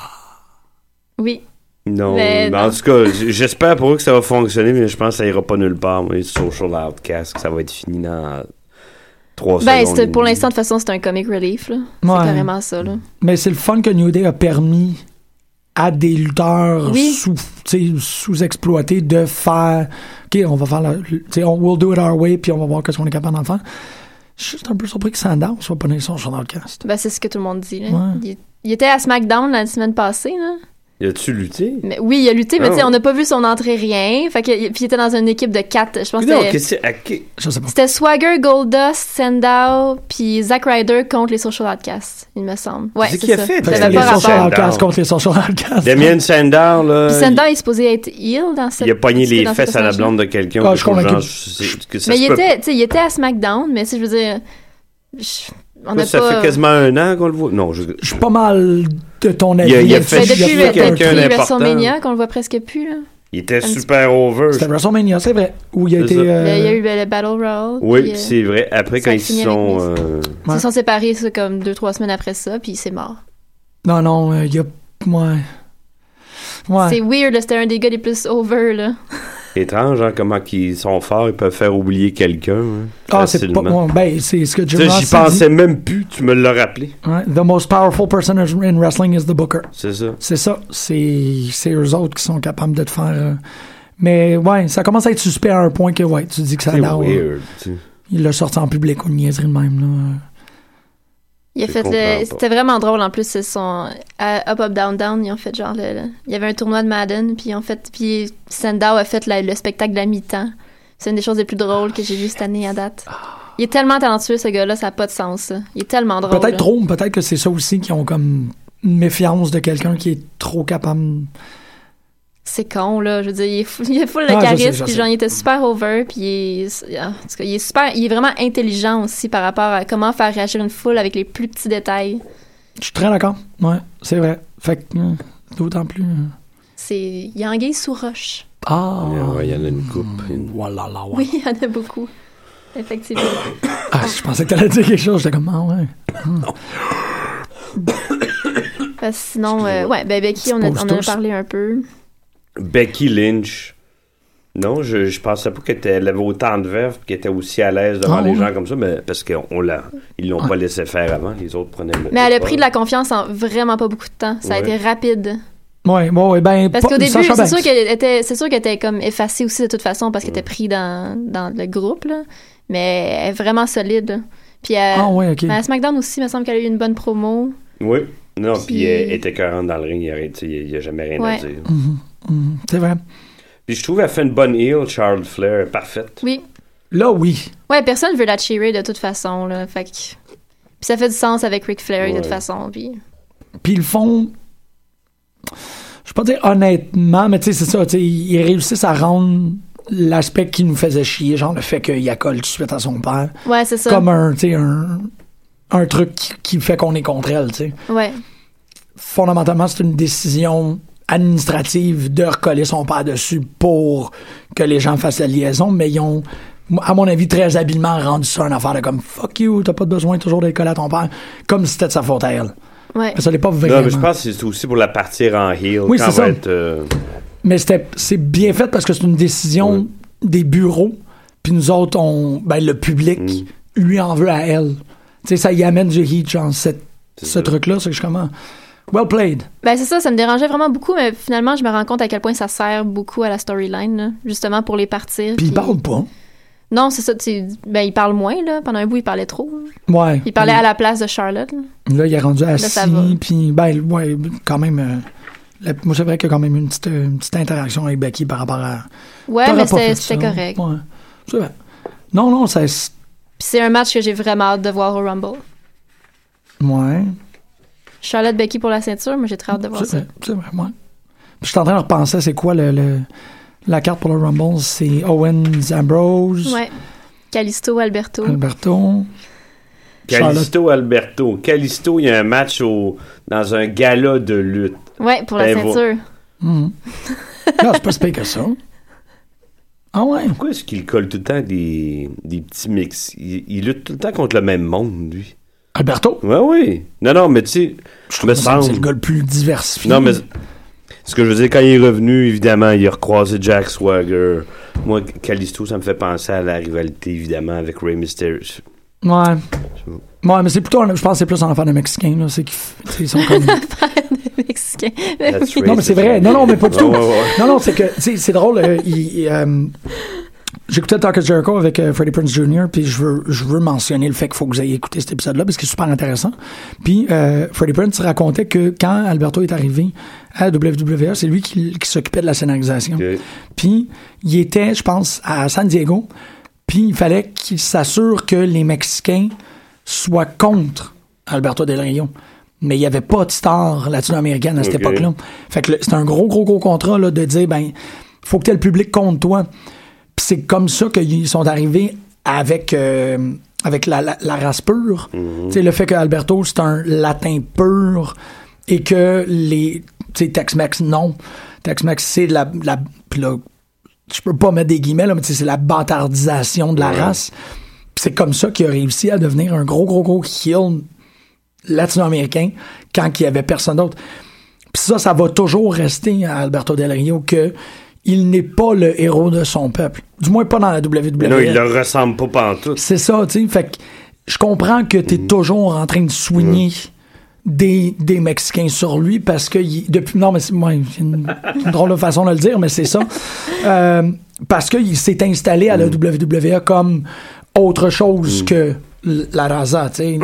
Oui.
Non,
Mais
mais en
non.
tout cas, j- j'espère pour eux que ça va fonctionner, mais je pense que ça ira pas nulle part. Mais Social Outcast, que ça va être fini dans trois
Ben,
secondes.
c'était- pour l'instant, de toute façon, c'est un comic relief, là. C'est
Ouais.
carrément ça,
Mm.
là.
Mais c'est le fun que New Day a permis à des lutteurs
Oui.
sous, tu sais, sous-exploités de faire OK, on va faire la- tu sais, on will do it our way puis on va voir qu'est-ce qu'on est capable d'en faire. Je suis juste un peu surpris que Sandow soit pas dans son genre d'orchestre.
Ben, c'est ce que tout le monde dit, là.
Ouais.
Il, il était à SmackDown la semaine passée, là.
Y a-tu lutté?
Mais, oui, il a lutté, mais
Ah
tu sais,
ouais.
on n'a pas vu son entrée, rien. Fait que, puis il était dans une équipe de quatre. Je pense que
Non,
c'était-
qu'est-ce que c'est? à qui-
Je sais pas.
c'était Swagger, Goldust, Sandow, puis Zack Ryder contre les Social Outcasts, il me semble. Ouais,
C'est
c'est
qui a
ça.
fait,
Ça
Fait
Damien?
que
avait
les
pas
Sandow?
social
rapport.
outcasts contre les social outcasts.
Damien Sandow, là.
Puis Sandow,
il-
il est supposé être heel dans cette
il a pogné les
dans ce
fesses à la
personnage-là.
blonde de quelqu'un.
Ah,
ou
je suis
quelque chose
convaincu.
genre, c'est- que ça
Mais
se
il
peut-
était, tu sais, il était à SmackDown, mais si je veux dire, je- on n'a
Ça
pas.
fait quasiment un an qu'on le voit. Non, je...
Je suis pas mal de ton avis.
Il a- il a
là-dessus.
fait-
Mais
il
Ben, depuis,
y
fait
a quelqu'un
depuis
d'important.
WrestleMania, qu'on le voit presque plus, là.
il était
petit-
super over.
C'était WrestleMania, c'est vrai. Où il a
C'est
été.
ça.
euh,
Il y a- il y a eu le Battle Royale.
Oui,
puis, euh,
c'est vrai. Après,
ça
quand
a
ils
fini
se
avec
sont.
Miz.
euh,
Ils
Ouais.
se sont séparés, ça, comme deux, trois semaines après ça, puis c'est mort.
Non, non, euh, il y a. Ouais.
C'est
Ouais.
weird, là, c'était un des gars les plus over, là.
Étrange, hein, comment ils sont forts, ils peuvent faire oublier quelqu'un. hein,
Ah, c'est pas.
facilement.
ouais, Ben, c'est ce que
Tu
Jim
sais,
Ross
J'y
a dit.
pensais même plus, tu me l'as rappelé.
Ouais, The most powerful person in wrestling is the booker.
C'est ça.
C'est ça. C'est c'est eux autres qui sont capables de te faire. euh, Mais ouais, ça commence à être suspect à un point que ouais, tu dis que ça
C'est
l'a. ouais.
weird. tu sais.
Il l'a sorti en public ou une niaiserie de même. Là.
Il a
Je
fait
comprends
le...
pas.
C'était vraiment drôle, en plus, ils sont... À Up, Up, Down, Down, ils ont fait genre le... le- Il y avait un tournoi de Madden, puis ils ont fait... Puis Sandow a fait la- le spectacle de la mi-temps. C'est une des choses les plus drôles que j'ai vues cette année à date. Il est tellement talentueux, ce gars-là, ça n'a pas de sens, là. Il est tellement drôle.
Peut-être
là.
trop, mais peut-être que c'est ça aussi qui ont comme une méfiance de quelqu'un qui est trop capable.
C'est con, là. Je veux dire, il est fou, il est full de
Ah, je sais, je
charisme, puis
sais.
genre, il était super over, puis il est, ah, en tout cas, il est super... Il est vraiment intelligent aussi par rapport à comment faire réagir une foule avec les plus petits détails.
Je suis très d'accord. Ouais, c'est vrai. Fait que euh, d'autant plus. euh,
C'est... Il est anguille sous roche.
Ah.
Ouais, ouais, Il y en a une coupe.
Voilà, là, ouais.
Oui, il y en a beaucoup. Effectivement.
Ah, je pensais que t'allais dire quelque chose. J'étais comme, ah ouais.
Parce que sinon, euh, ouais, ben Becky, on, a- on en a
Expose-tous.
parlé un peu.
Becky Lynch. Non, je, je pensais pas qu'elle était- elle avait autant de verve et qu'elle était aussi à l'aise devant
Ah,
les
ouais. Ah.
gens comme ça, mais parce qu'on l'a, ils l'ont pas laissé faire avant, les autres prenaient. le-
Mais elle a
le
pris de
pas.
la confiance en vraiment pas beaucoup de temps. Ça a
Ouais.
été rapide.
Ouais, ouais, ouais, ben.
Parce
pas-
qu'au début,
Sasha
c'est sûr
Banks.
qu'elle était, c'est sûr qu'elle était comme effacée aussi de toute façon parce qu'elle était
Mm.
prise dans, dans le groupe, là. Mais elle est vraiment solide. Puis elle-
Ah ouais, ok.
mais à SmackDown aussi, il me semble qu'elle a eu une bonne promo.
Oui. Non,
Puis-
puis elle était cohérente dans le ring, il y a, tu sais, il y a jamais rien
Ouais.
à dire.
Mhm, C'est vrai.
Puis je trouve qu'elle fait une bonne heel, Charles Flair, parfaite.
Oui.
Là, oui.
Ouais, personne veut la cheerer de toute façon, là. Fait que... Puis ça fait du sens avec Ric Flair de
Ouais.
toute façon. Puis...
Puis ils le font. Je vais pas dire honnêtement, mais tu sais, c'est ça. tu sais, Ils ils réussissent à rendre l'aspect qui nous faisait chier, genre le fait qu'il accole tout de suite à son père,
Ouais, c'est ça.
comme un, tu sais, un, un truc qui, qui fait qu'on est contre elle. tu sais.
Ouais.
Fondamentalement, c'est une décision administrative de recoller son père dessus pour que les gens fassent la liaison, mais ils ont, à mon avis, très habilement rendu ça une affaire de comme fuck you, t'as pas besoin toujours d'être collé à ton père, comme si c'était de sa faute à elle.
Ouais.
Mais ça l'est pas vraiment.
Non, mais je pense que c'est aussi pour la partir en heel.
Oui,
quand
c'est
elle va
ça.
être, euh,
Mais c'était- c'est bien fait parce que c'est une décision
Ouais.
des bureaux. Puis nous autres, on, ben, le public
Mm.
lui en veut à elle. Tu sais, ça y amène du heat, genre, cette- ce
ça.
truc-là. C'est que je commence. Well played.
Ben c'est ça, ça me dérangeait vraiment beaucoup, mais finalement, je me rends compte à quel point ça sert beaucoup à la storyline, là, justement pour les partir.
Puis il parle pas.
Non, c'est ça. tu- Ben, il parle moins, là. Pendant un bout, il parlait trop.
Ouais.
Il parlait à la place de Charlotte. là.
Là, il est rendu assis,
ça va.
puis ben, ouais, quand même. euh, la- moi, c'est vrai qu'il y a quand même une petite, euh, une petite interaction avec Becky par rapport à.
Ouais,
T'aurais
mais
pas
c'était
fait
c'était
ça.
correct.
Ouais. C'est vrai. Non, non, ça. c'est-
Puis c'est un match que j'ai vraiment hâte de voir au Rumble.
Ouais.
Charlotte Becky pour la ceinture, moi j'ai très hâte de voir
C'est
ça.
vrai, c'est vrai, ouais. Puis je suis en train de repenser, c'est quoi le, le- la carte pour le Rumble? C'est Owens, Ambrose,
Ouais. Calisto, Alberto.
Alberto, Charlotte.
Calisto Alberto. Calisto, il y a un match au, dans un gala de lutte.
Ouais, pour la
Ben, vous-
ceinture.
Mhm. Non, c'est pas si pire que ça. Ah ouais?
Pourquoi est-ce qu'il colle tout le temps des, des petits mix? Il, il lutte tout le temps contre le même monde, lui.
Alberto?
Ouais, oui. Non, non, mais tu sais, je me
C'est le
semble.
gars le plus diversifié.
Non, mais ce que je veux dire, quand il est revenu, évidemment, il a recroisé Jack Swagger. Moi, Calisto, ça me fait penser à la rivalité, évidemment, avec Ray Mysterio.
Ouais. Ouais, mais c'est plutôt. un- Je pense que c'est plus un affaire de Mexicain, là. C'est qu'ils f- tu sais, ils sont comme.
Mexicain.
That's
Non, mais c'est vrai. Non, non, mais pas du tout.
Ouais, ouais, ouais.
Non, non, c'est que, tu sais, c'est drôle. euh, il- il, euh, J'écoutais Talk of Jericho avec euh, Freddie Prince Jr., puis je veux, je veux mentionner le fait qu'il faut que vous ayez écouté cet épisode-là, parce qu'il est super intéressant. Puis euh, Freddie Prince racontait que quand Alberto est arrivé à WWE, c'est lui qui, qui s'occupait de la scénarisation.
Ok.
Puis il était, je pense, à San Diego, puis il fallait qu'il s'assure que les Mexicains soient contre Alberto Del Rio. Mais il n'y avait pas de star latino-américaine à cette
Ok.
époque-là. Fait que le- c'est un gros, gros, gros contrat là, de dire, ben, faut que t'aies le public contre toi. Puis c'est comme ça qu'ils sont arrivés avec, euh, avec la, la- la race pure. Tu sais, Le fait que Alberto, c'est un latin pur et que les. Tu sais, Tex-Mex, non. Tex-Mex, c'est de la. de la puis là, je peux pas mettre des guillemets, là, mais tu sais, c'est la bâtardisation de la race. Puis c'est comme ça qu'il a réussi à devenir un gros, gros, gros heel latino-américain quand il y avait personne d'autre. Puis ça, ça va toujours rester à Alberto Del Rio que il n'est pas le héros de son peuple. Du moins pas dans la E. WWE.
Non, il le ressemble pas pantoute.
C'est ça, tu sais. Fait que je comprends que t'es toujours en train de soigner des, des Mexicains sur lui parce que il- depuis. Non, mais c'est ouais, c'est une, une drôle de façon de le dire, mais c'est ça. Euh, parce qu'il s'est installé à la WWE comme autre chose que l- la Raza, tu sais.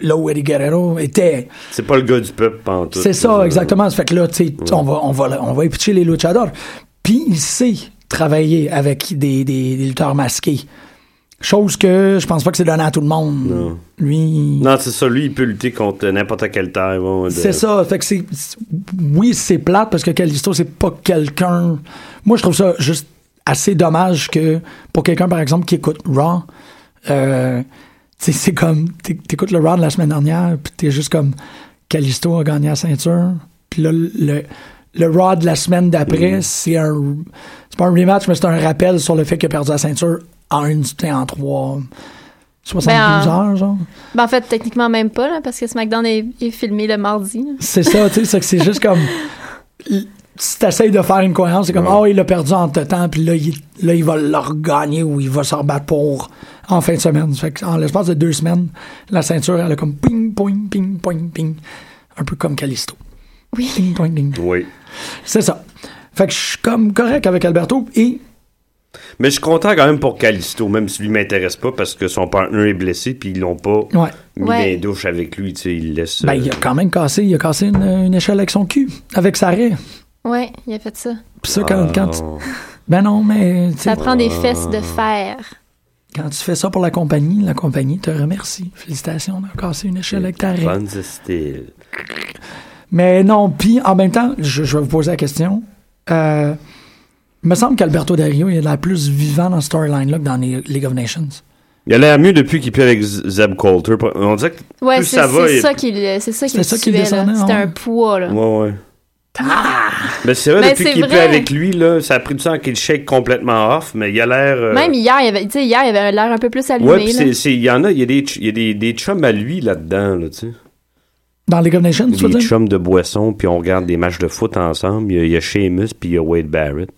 là où Eddie Guerrero était.
C'est pas le gars du peuple pantoute.
C'est ça, exactement. Ça fait que là, tu sais, on va, on va, on va y pitcher les luchadors. Puis il sait travailler avec des, des, des lutteurs masqués. Chose que je pense pas que c'est donné à tout le monde. Lui. il-
Non, c'est ça. Lui, il peut lutter contre n'importe quelle terre. bon, de-
C'est ça. Fait que c'est. c'est- Oui, c'est plate parce que Calisto, c'est pas quelqu'un. Moi, je trouve ça juste assez dommage que pour quelqu'un, par exemple, qui écoute Raw, euh, tu sais, c'est comme. t'é- T'écoutes le Raw de la semaine dernière, puis t'es juste comme. Calisto a gagné la ceinture. Puis là, le. Le Raw de la semaine d'après, c'est un. C'est pas un rematch, mais c'est un rappel sur le fait qu'il a perdu la ceinture en une. en trois. 72
Ben, en-
heures, genre.
Ben, en fait, techniquement, même pas, là, parce que SmackDown est, est filmé le mardi. là.
C'est ça, tu sais, c'est que c'est juste comme. l- Si t'essayes de faire une cohérence, c'est comme, oh, il l'a perdu en tout temps, puis là, il, là, il va le regagner ou il va se rebattre pour en fin de semaine. Fait que, en l'espace de deux semaines, la ceinture, elle a comme ping, pong, ping, pong, ping. Un peu comme Callisto.
Oui.
Ping, pong, ping.
Oui.
C'est ça. Fait que je suis comme correct avec Alberto et.
Mais je suis content quand même pour Calisto, même si lui m'intéresse pas parce que son partenain est blessé puis ils l'ont pas
Ouais.
mis
Ouais.
dans les douches avec lui. Tu sais, il laisse.
Ben,
euh,
il a quand même cassé, il a cassé une, une échelle avec son cul, avec sa raie.
Ouais, il a fait ça.
Puis ça, quand,
ah,
quand tu- Ben non, mais. tu sais,
Ça prend des fesses de fer.
Quand tu fais ça pour la compagnie, la compagnie te remercie. Félicitations d'avoir cassé une échelle avec ta raie.
Fun de style.
Mais non, puis en même temps, je, je vais vous poser la question. Euh, il me semble qu'Alberto Dario est la plus vivant dans ce storyline-là que dans les League of Nations.
Il a l'air mieux depuis qu'il est plus avec Z- Zeb Coulter. On dirait que
Ouais,
plus
c'est
ça va.
c'est
il-
ça qui le- c'est ça qui
C'était
le
ça qui
tuait, là.
descendait,
C'était
ouais.
un poids, là.
Ouais, ouais. Mais c'est vrai,
Ah! Mais
depuis
c'est
qu'il est plus
vrai.
avec lui, là, ça a pris du temps qu'il shake complètement off, mais il a l'air. euh,
Même hier, il y avait, tu sais, hier, il avait l'air un peu plus allumé,
Ouais, puis
là.
c'est- c'est- il y en a, il y a des, ch- il y a des, des chums à lui là-dedans, là, tu sais.
Dans League of Nations, tu veux
Des
dire?
chums de boisson, puis on regarde des matchs de foot ensemble. Il y a, il y a Sheamus, puis il y a Wade Barrett.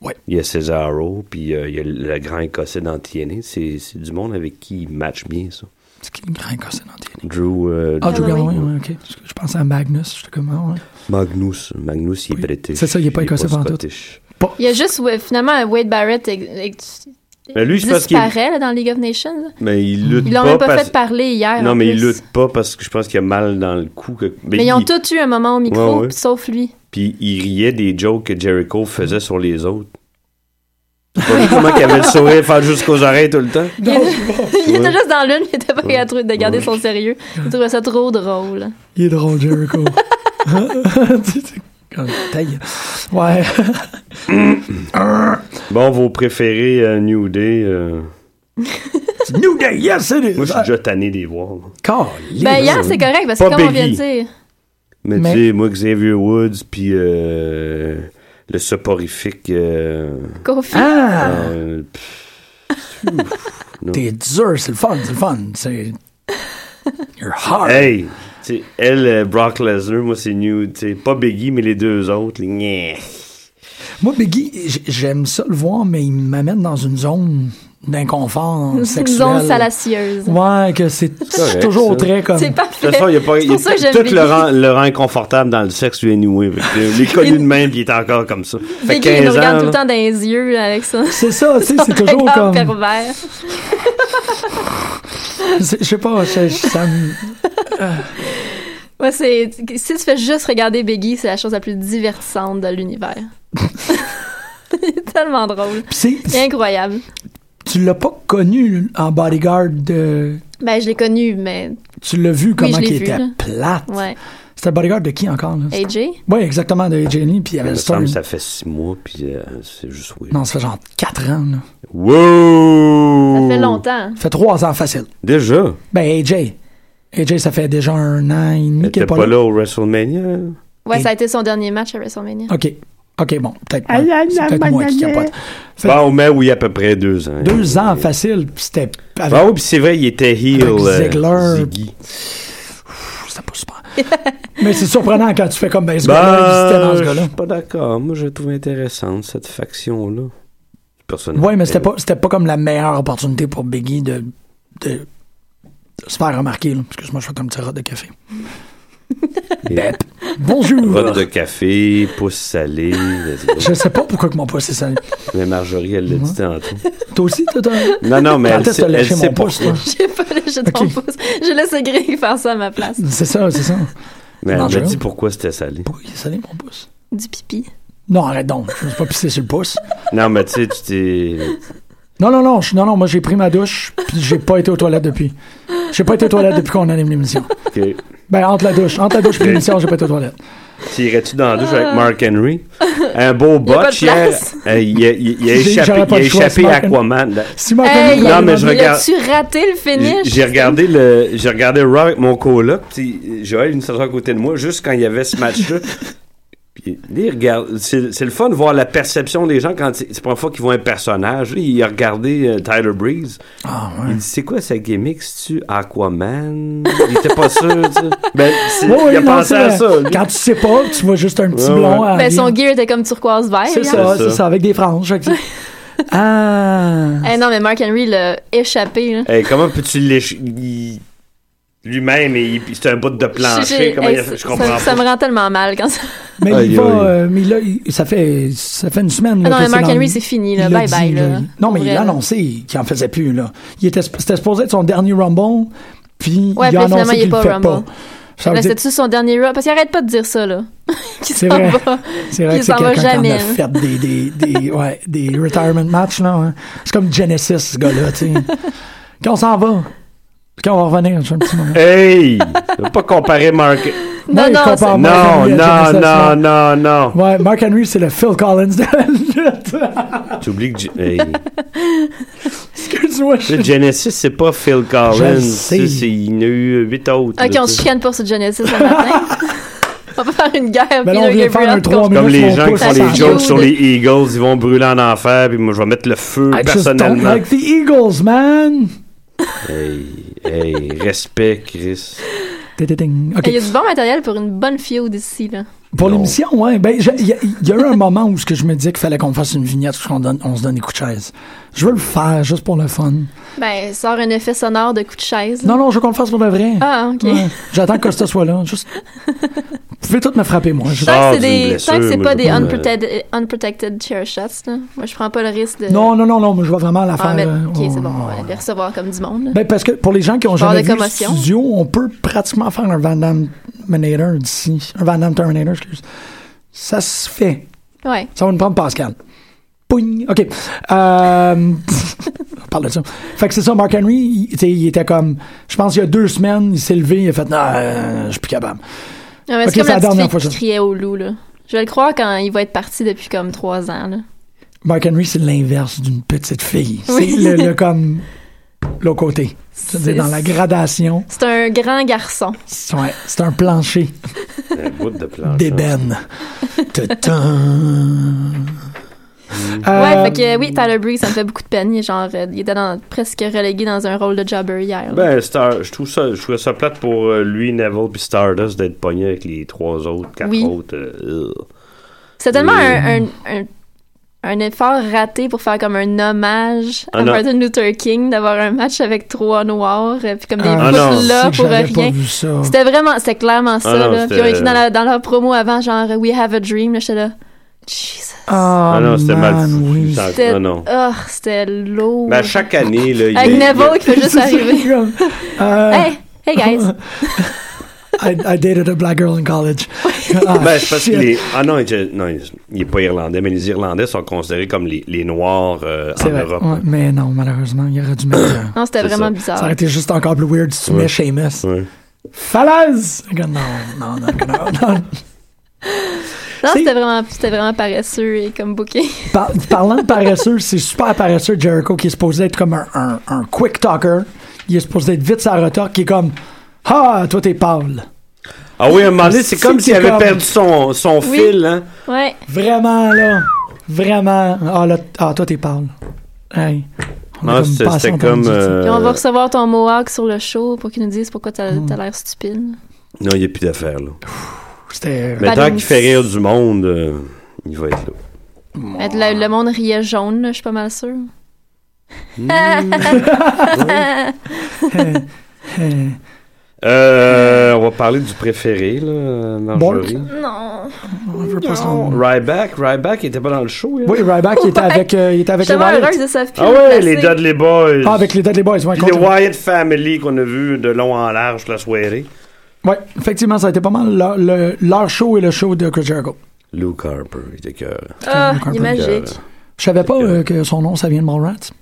Ouais.
Il y a Cesaro, puis euh, il y a le grand écossais dans TNA. C'est c'est du monde avec qui il match bien, ça.
C'est qui le grand cassé dans TNA?
Drew, euh,
Ah, Drew
Ah, oui.
Galloway, ouais, ok. Parce que Je pensais à Magnus, je sais comment, ouais.
Magnus. Magnus, il est british.
C'est ça, il est pas écossais
pas
pantoute.
scottish.
Pas-
Il y a juste, Mm. ouais, finalement, Wade Barrett ex- ex-
Mais lui, c'est parce qu'il.
disparaît là, dans League of Nations. là.
Mais il lutte
Ils
pas.
l'ont même pas
parce-
fait parler hier. en
Non, mais il
plus.
lutte pas parce que je pense qu'il a mal dans le cou. que-
Mais,
il-
ils ont tous eu un moment au micro,
Ouais, ouais.
sauf lui.
Puis il riait des jokes que Jericho faisait sur les autres. T'as pas vu comment il avait le sourire faire jusqu'aux oreilles tout le temps?
il était juste dans l'une, il était pas
Ouais.
capable de garder
Ouais.
son sérieux. Il trouvait ça trop drôle.
Il est drôle, Jericho. Tu sais, comme, ta gueule. ouais.
Bon, vos préférés euh, New Day. euh,
New Day, yes, it is. Ah,
Moi, je suis déjà tanné des voir. là.
Caliste.
Ben hier, c'est correct, parce que
Pas
comme on vient de
Biggie.
dire...
Mais,
Mais-
tu sais, moi, Xavier Woods, puis euh, le soporifique. euh,
Kofi.
Ah,
euh, pff, ouf, non.
t'es dur, c'est le fun, c'est le fun. C'est. You're hard.
Hey! tu sais, elle, euh, Brock Lesnar, moi, c'est New. tu sais, Pas Biggie, mais les deux autres. les gna.
Moi, Biggie, j- j'aime ça le voir, mais il m'amène dans une zone d'inconfort
Une
sexuel.
zone salacieuse.
Ouais, que c'est
correct,
toujours
ça.
très comme.
C'est
De
parfait.
toute façon, il y a pas.
C'est
il y a
pour ça que j'aime
tout
Biggie.
le rend, le rend inconfortable dans le sexe, lui, anyway. Fait que, euh, Il est connu de même, puis il est encore comme ça. Fait
Biggie, il nous
15 ans.
regarde tout
là.
le temps dans les yeux avec ça.
C'est ça, tu sais, c'est toujours
regard
comme.
pervers.
c'est- Je sais pas, je- je- ça me.
Ouais, c'est... Si tu fais juste regarder Biggie, c'est la chose la plus divertissante de l'univers. il est tellement drôle.
Puis c'est-
Il est incroyable.
Tu l'as pas connu en bodyguard. de-
Ben, je l'ai connu, mais...
Tu l'as vu comment
je l'ai
qu'il
vu,
était
là.
plate.
Ouais. Eh.
C'était le bodyguard de qui encore? là?
AJ?
Oui, exactement, de Jenny, puis il y
Il
avait
me
le Storm.
semble que ça fait 6 mois, puis euh, c'est juste weird.
Non, ça fait genre 4 ans. Là.
Wow!
Ça fait longtemps.
Ça fait 3 ans facile.
Déjà?
Ben, AJ. AJ, ça fait déjà un an et demi qu'il
T'es
est
pas, là au WrestleMania? hein?
Ouais,
Et-
ça a été son dernier match à WrestleMania.
OK. OK, bon, peut-être ouais, c'est peut-être moi qui capote. Fait
Bon, mais Bah, oui, à peu près deux ans.
deux ans facile, puis c'était... avec-
Ah oui, puis c'est vrai, il était heel.
Avec Ziggler.
euh, Ziggy.
C'était pas super. Mais c'est surprenant quand tu fais comme, ben, ce gars-là existait
Ben,
dans ce
je
gars-là.
suis pas d'accord. Moi, je la trouve intéressante, cette faction-là. Personne.
Oui, mais c'était pas, c'était pas comme la meilleure opportunité pour Biggie de, de, de se faire remarquer. là. Excuse-moi, je fais comme tirade de café.
Bête.
Bonjour!
Rotte de café, pouce salé. let's go.
Je sais pas pourquoi que mon poids c'est ça.
mais Marjorie, elle l'a dit tantôt.
Toi aussi, t'as... t'as-
Non, non, mais
Quand
elle
est-ce que Ah,
sait,
t'as
elle
lâché
sait
mon pouce,
pourquoi.
toi?
J'ai pas lâché ton
Ok.
pouce. Je laisse Greg faire ça à ma place.
C'est ça, c'est ça.
Mais elle m'a
Marjorie.
dit pourquoi c'était salé.
Pourquoi il est salé, mon pouce?
Du pipi.
Non, arrête donc. Je me suis pas pissé sur le pouce.
Non, mais tu sais, tu t'es.
Non, non, non. je- non, non moi, j'ai pris ma douche, puis j'ai pas été aux toilettes depuis. J'ai pas été aux toilettes depuis qu'on anime l'émission.
ok.
Ben, entre la douche. Entre la douche et l'émission, j'ai pas été aux toilettes.
Tirais-tu dans la douche avec Mark Henry? Un beau
Ah. Il y a pas de
botch hier.
place.
euh, Il a, il a- il a
J'ai-
échappé,
j'aurais pas
il a
le choix,
échappé
c'est
à
Mark Henry.
Aquaman.
Si ma
Hey,
famille-
Non, mais je
il
regarde-
a-tu raté le
J'ai-
finish?
J'ai regardé le, j'ai regardé Raw avec mon coloc, puis Joël, une s'assoit à côté de moi, juste quand il y avait ce match-là. Puis, lui, il regarde- c'est c'est le fun de voir la perception des gens quand c'est c'est la première fois qu'ils voient un personnage. Lui, il a regardé euh, Tyler Breeze.
Ah,
Il
ouais.
dit C'est quoi sa gimmick C'est-tu Aquaman Il était pas sûr, tu sais. Ben, c'est-
Ouais, ouais,
il a
non,
pensé
c'est
à
vrai.
ça. lui.
Quand tu sais pas, tu vois juste un petit
Ouais, hein.
blond.
ouais.
à
Ben,
vie.
son gear était comme turquoise vert.
Ah,
hein.
C'est
hier.
ça,
C'est
c'est
ça.
ça, avec des franges. avec ça. Ah!
Eh non, mais Mark Henry l'a échappé. Là.
Hey, comment peux-tu l'éch- il- Lui-même, il- c'est un bout de
J'ai-
plancher.
j'ai-
comment
hey,
il a fait-
ça-
je comprends
ça,
pas.
ça me rend tellement mal quand ça.
Mais il
Aïe,
va,
aïe.
euh, mais là, il- ça fait, ça fait une semaine. là,
Ah non,
que
mais Mark
dans-
Henry, c'est fini. Là.
il l'a
Bye
dit,
bye.
là.
Là. hein,
Non, mais
Pour
il
vrai,
a
là.
annoncé qu'il en faisait plus, là. Il était, c'était supposé être son dernier Rumble, puis il a
Ouais, puis finalement,
annoncé
il est
qu'il le
pas au
fait pas.
Rumble.
Ça veut
Là,
dire-
c'était-tu son dernier rap? Parce qu'il arrête pas de dire ça, là. qu'il
C'est
s'en
vrai.
va.
c'est vrai
il
que c'est
s'en va
quelqu'un qui en a
jamais, hein.
fait des, des, des, ouais, des retirement matchs, là. hein. C'est comme Genesis, ce gars-là, tu sais. Quand on s'en va, quand on va revenir, j'ai un petit moment.
Hey! Tu veux pas comparer Mark.
Moi,
Non,
je
non,
compare
c'est-
Mark
Non,
Henry à
non,
Genesis, là.
non, non, non.
Ouais, Mark Henry, c'est le Phil Collins de la lutte.
Tu oublies que. G- hey.
Excuse-moi, je
Le Genesis, c'est pas Phil Collins.
Je sais.
Tu sais, c'est- Il y en a eu huit autres.
Ok,
là,
on
tu
se
sais.
chicane pas sur Genesis ce matin. on va faire une guerre.
Ben là, on
Peter
vient faire
Gabriel
un 3
contre-
minutes. Moi,
Comme les
je
gens qui
m'en
font
fous,
les
ça
jokes
sent
sur
le-
les Eagles, ils vont brûler en enfer, puis moi je vais mettre le feu
I just don't
personnellement.
like the Eagles, man.
Hey, hey, respect, Chris.
Tététing.
Il y a
OK.
du bon matériel pour une bonne feud ici, là.
Pour l'émission, ouais. Ben, j'ai- il y, a- il y a eu un moment où ce que je me disais qu'il fallait qu'on fasse une vignette où on, donne, on se donne des coups de chaise. Je veux le faire juste pour le fun.
Ben, sort un effet sonore de coup de chaise. là.
Non, non, je veux qu'on le fasse pour le vrai.
Ah, ok.
Ouais. J'attends que Costa soit là. Juste Vous pouvez toutes me frapper, moi. Je-
Ah,
Tant que c'est
d'une
des-
blessure,
tant que c'est
moi,
pas
je
des
prends, euh,
unprotected, unprotected chair shots, là. Moi, je prends pas le risque de.
Non, non, non, non, mais je vois vraiment la
Ah,
faire.
mais-
euh,
ok, c'est bon,
on-
on va les recevoir comme du monde. là.
Ben, parce que pour les gens qui ont
Je parle
jamais
de
vu le
commotion.
studio, on peut pratiquement faire un Van Damme Terminator d'ici. Un Van Damme Terminator, excuse. Ça se fait.
Ouais.
Ça va nous prendre Pascal. Pouing. OK. Euh, on parle de ça. Fait que c'est ça, Mark Henry, il, tu sais, il était comme... Je pense il y a deux semaines, il s'est levé, il a fait « Non, euh, je suis plus capable.
Ouais, Ah, mais
Ok,
c'est
c'est la
comme la petite
dernière
fille
fois,
qui
ça.
criait au loup, là. Je vais le croire quand il va être parti depuis comme trois ans, là. »
Mark Henry, c'est l'inverse d'une petite fille.
Oui.
C'est le, le comme... L'autre côté. C'est dans la gradation.
C'est un grand garçon.
C'est ouais, c'est un plancher
Un bout de planche. hein.
d'ébène. Ta-tan.
Ouais,
Euh,
fait que euh, oui, Tyler Breeze, ça me fait beaucoup de peine. Il est genre, euh, il était dans- presque relégué dans un rôle de jobber hier. là.
Ben, Star, je trouve ça, je trouve ça plate pour euh, lui, Neville puis Stardust d'être pogné avec les trois autres, quatre
Oui.
autres. euh, ugh.
C'est tellement un, un, un, un effort raté pour faire comme un hommage à
Ah non.
Martin Luther King, d'avoir un match avec trois noirs, euh, puis comme des
Ah,
ah non. Ah
boules là
c'est que
pour
j'avais pas
rien.
vu ça.
C'était vraiment, c'était clairement ça.
non,
là. Puis ils ont
c'était-
écrit dans, la- dans leur promo avant, genre We Have a Dream. Là, j'étais là, Jesus.
Ah,
ah non, c'était mal
man,
foutu.
oui.
ça-
C'était,
non, Ah, non.
oh, c'était lourd.
Ben, à chaque année, là, il
avec
y a-
Neville qui fait juste
C'est ça,
arriver.
comme, euh,
hey, hey guys.
I, I dated a black girl in college. Ah,
Ben, c'est parce que
shit.
les. Ah non, il, était- non, il- il est pas irlandais, mais les Irlandais sont considérés comme les, les Noirs euh, en
C'est vrai.
Europe.
Ouais, mais non, malheureusement, il aurait dû mettre. euh,
Non, c'était
C'est
vraiment
ça.
ça
bizarre.
aurait été juste encore plus weird si tu mets Seamus.
Ouais.
Falaise! Non, non, non, non, non.
Non,
C'est-
c'était vraiment, c'était vraiment paresseux et comme bouquet.
Par- parlant de paresseux, c'est super paresseux Jericho qui est supposé être comme un, un- un quick talker. Il est supposé être vite sa retort qui est comme Ah, toi t'es pâle.
Ah oui, à un moment donné, c'est
C'est
comme
que
s'il avait
comme-
perdu son, son
Oui.
fil, hein.
Ouais.
Vraiment là. Vraiment. Ah, là, ah toi t'es pâle. Hey. On a
Non,
comme
c'est-
pas assez
Ah, c'était
entendu
comme.
ça.
euh,
Et on va recevoir ton Mohawk sur le show pour qu'ils nous disent pourquoi t'as t'as l'air stupide.
Non, il n'y a plus d'affaires, là.
C'était. euh,
Mais tant
Balance.
qu'il fait rire du monde, euh, il va être là.
Mais Le, le monde riait jaune, là, je suis pas mal sûre.
Euh, on va parler du préféré, là, Marjorie.
Non.
On veut pas se rendre-
Ryback, Ryback, il était pas dans le show, hier?
Oui, Ryback il était avec, euh, il était
Je
avec
suis
les
tellement
Wyatt.
heureuse de ça.
Ah ouais, les Dudley Boys.
Ah, avec les Dudley Boys. Ouais,
Puis les
contre-
Wyatt Family qu'on a vu de long en large la soirée.
ouais, effectivement, ça a été pas mal leur, le- leur show et le show de Chris Jericho.
Luke Harper, il était cœur.
Ah,
Comme
il est
un peu
de
magique.
Je savais pas
Euh,
euh, que son nom, ça vient de Mallrats.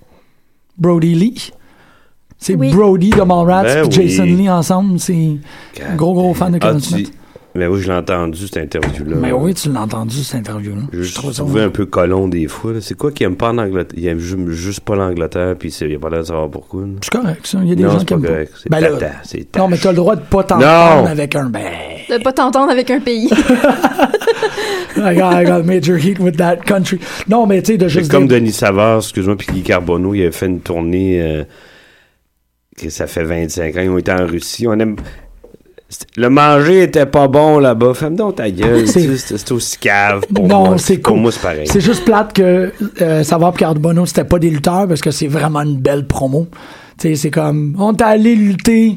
Brody Lee. C'est
Oui.
Brody de Mallrats
Ben
puis Jason
oui.
Lee ensemble. C'est un gros, gros fan de
Ah,
Kevin
tu-
Smith.
Mais oui, je l'ai entendu, cette interview-là.
Mais oui, tu l'as entendu, cette interview-là.
Je
Je trouve ça.
trouvais un peu colon des fois. là. C'est quoi qu'il aime pas en Angleterre? Il aime ju- juste pas l'Angleterre, puis c'est- il a pas l'air de savoir pourquoi. là.
C'est correct, ça. Il y a des
Non,
gens
c'est
qui
pas
aiment pas.
correct. C'est
Ben là,
tata, c'est
non, mais
tâche.
t'as le droit de pas t'entendre
Non.
avec un. Ben,
De pas t'entendre avec un pays.
I got, I got major heat with that country. Non, mais tu sais, de
C'est
juste.
comme
dire-
Denis Savard, excuse-moi, puis Guy Carbonneau, il avait fait une tournée euh, que ça fait 25 ans. Ils ont été en Russie. On aime... c'est- Le manger était pas bon là-bas. Fais-moi donc ta gueule.
C'est-
tu sais, C'était c'était aussi cave pour moi.
Non, c'est
Pour
cool.
moi, c'est pareil.
C'est juste plate que euh, Savoir Pierre Bono, c'était pas des lutteurs parce que c'est vraiment une belle promo. Tu sais, c'est comme on est allé lutter,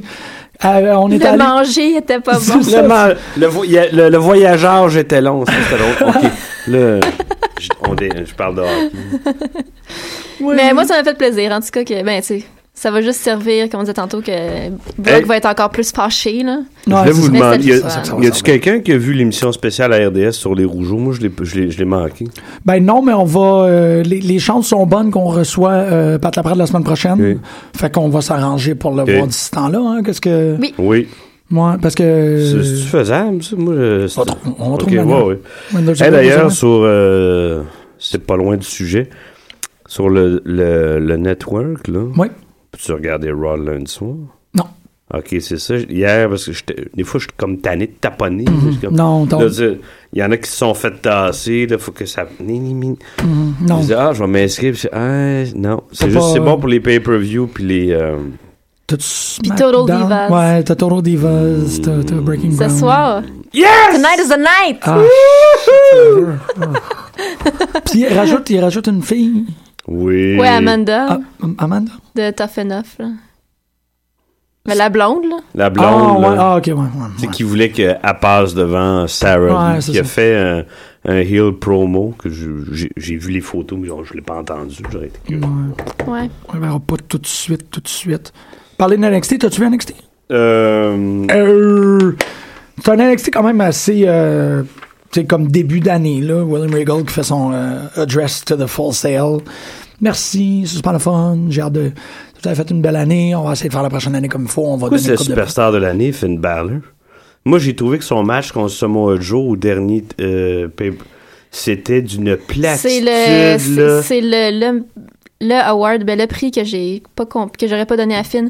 euh, on est
Le
allé.
manger était pas bon.
C'est ça.
Le, ma- le voya- le- le voyageur, j'étais long. Ça, c'était drôle. OK. Là, je, on dé- je parle de hockey.
Mais moi, ça m'a fait plaisir. En tout cas, que, ben, tu sais, ça va juste servir, comme on disait tantôt, que Brock
Hey.
va être encore plus fâché, là.
Ouais,
Je voulais
c'est
vous
ça.
Mais
demander,
c'est
y a-
ça.
Ça, ça va,
y
ça
a-tu
va.
quelqu'un qui a vu l'émission spéciale à RDS sur les rougeaux? Moi, je l'ai- je l'ai je l'ai manqué.
Ben non, mais on va. euh, les, les chances sont bonnes qu'on reçoit euh, Pat Laprade la semaine prochaine.
Ok.
Fait qu'on va s'arranger pour le
Ok.
voir d'ici ce temps-là. Hein, Qu'est-ce que.
Oui.
Oui.
Moi, parce que.
C'est c'est-tu faisable, ça? Moi, je- c'est-
Euh. on trouve- on
Ok,
trouve
ouais,
manière.
ouais.
Windows
Eh,
Upgrade,
D'ailleurs,
ça va.
sur. euh, c'est pas loin du sujet. Sur le, le, le network, là.
Oui.
Tu regardais Raw lundi soir.
Non.
Ok, c'est ça. Hier, parce que j'étais- des fois, je suis comme tanné de taponner. là, je suis comme-
Mhm. Non, t'as-
Là, tu- Il y en a qui se sont fait tasser. Il faut que ça. Ni, ni, ni.
Mhm. Non.
Je disais, ah, je vais m'inscrire. puis c'est- Ah, non. C'est
T'as
juste,
pas-
c'est bon pour les pay-per-view. Puis les. euh,
T'as
Puis Total Divas. Mm.
Ouais, t'as Total Divas, t'as t'as Breaking
Ce
Ground.
Ben
soir. Tonight is the night!
Ah, Puis il rajoute, il rajoute une fille,
Oui.
Ouais, Amanda,
Ah, Amanda.
de Tough Enough, là. Mais la blonde, là.
La
Ah,
blonde,
ouais,
là,
ah, ok, ouais, ouais,
tu sais,
ouais.
qui voulait qu'elle passe devant Sarah,
Ouais,
Lee,
c'est
qui a
ça.
fait un, un heel promo, que je- j'ai j'ai vu les photos, mais genre, je l'ai pas entendu, j'aurais été curieux.
Ouais.
On verra pas tout de suite, tout de suite. Parler de NXT, t'as-tu vu NXT?
Euh,
Euh, c'est un NXT quand même assez. Euh, tu sais, comme début d'année, là. William Regal qui fait son euh, Address to the Full Sale. Merci, c'est super le fun. J'ai hâte de. Vous avez fait une belle année. On va essayer de faire la prochaine année comme il faut. On va
Pourquoi
donner une
c'est la
couple de-
superstar de l'année, Finn Balor? Moi, j'ai trouvé que son match contre Samoa Joe au dernier euh, pay- c'était d'une
C'est
platitude,
le,
là.
c'est- c'est le, le, le award, ben, le prix que j'ai pas comp- que j'aurais pas donné à Finn.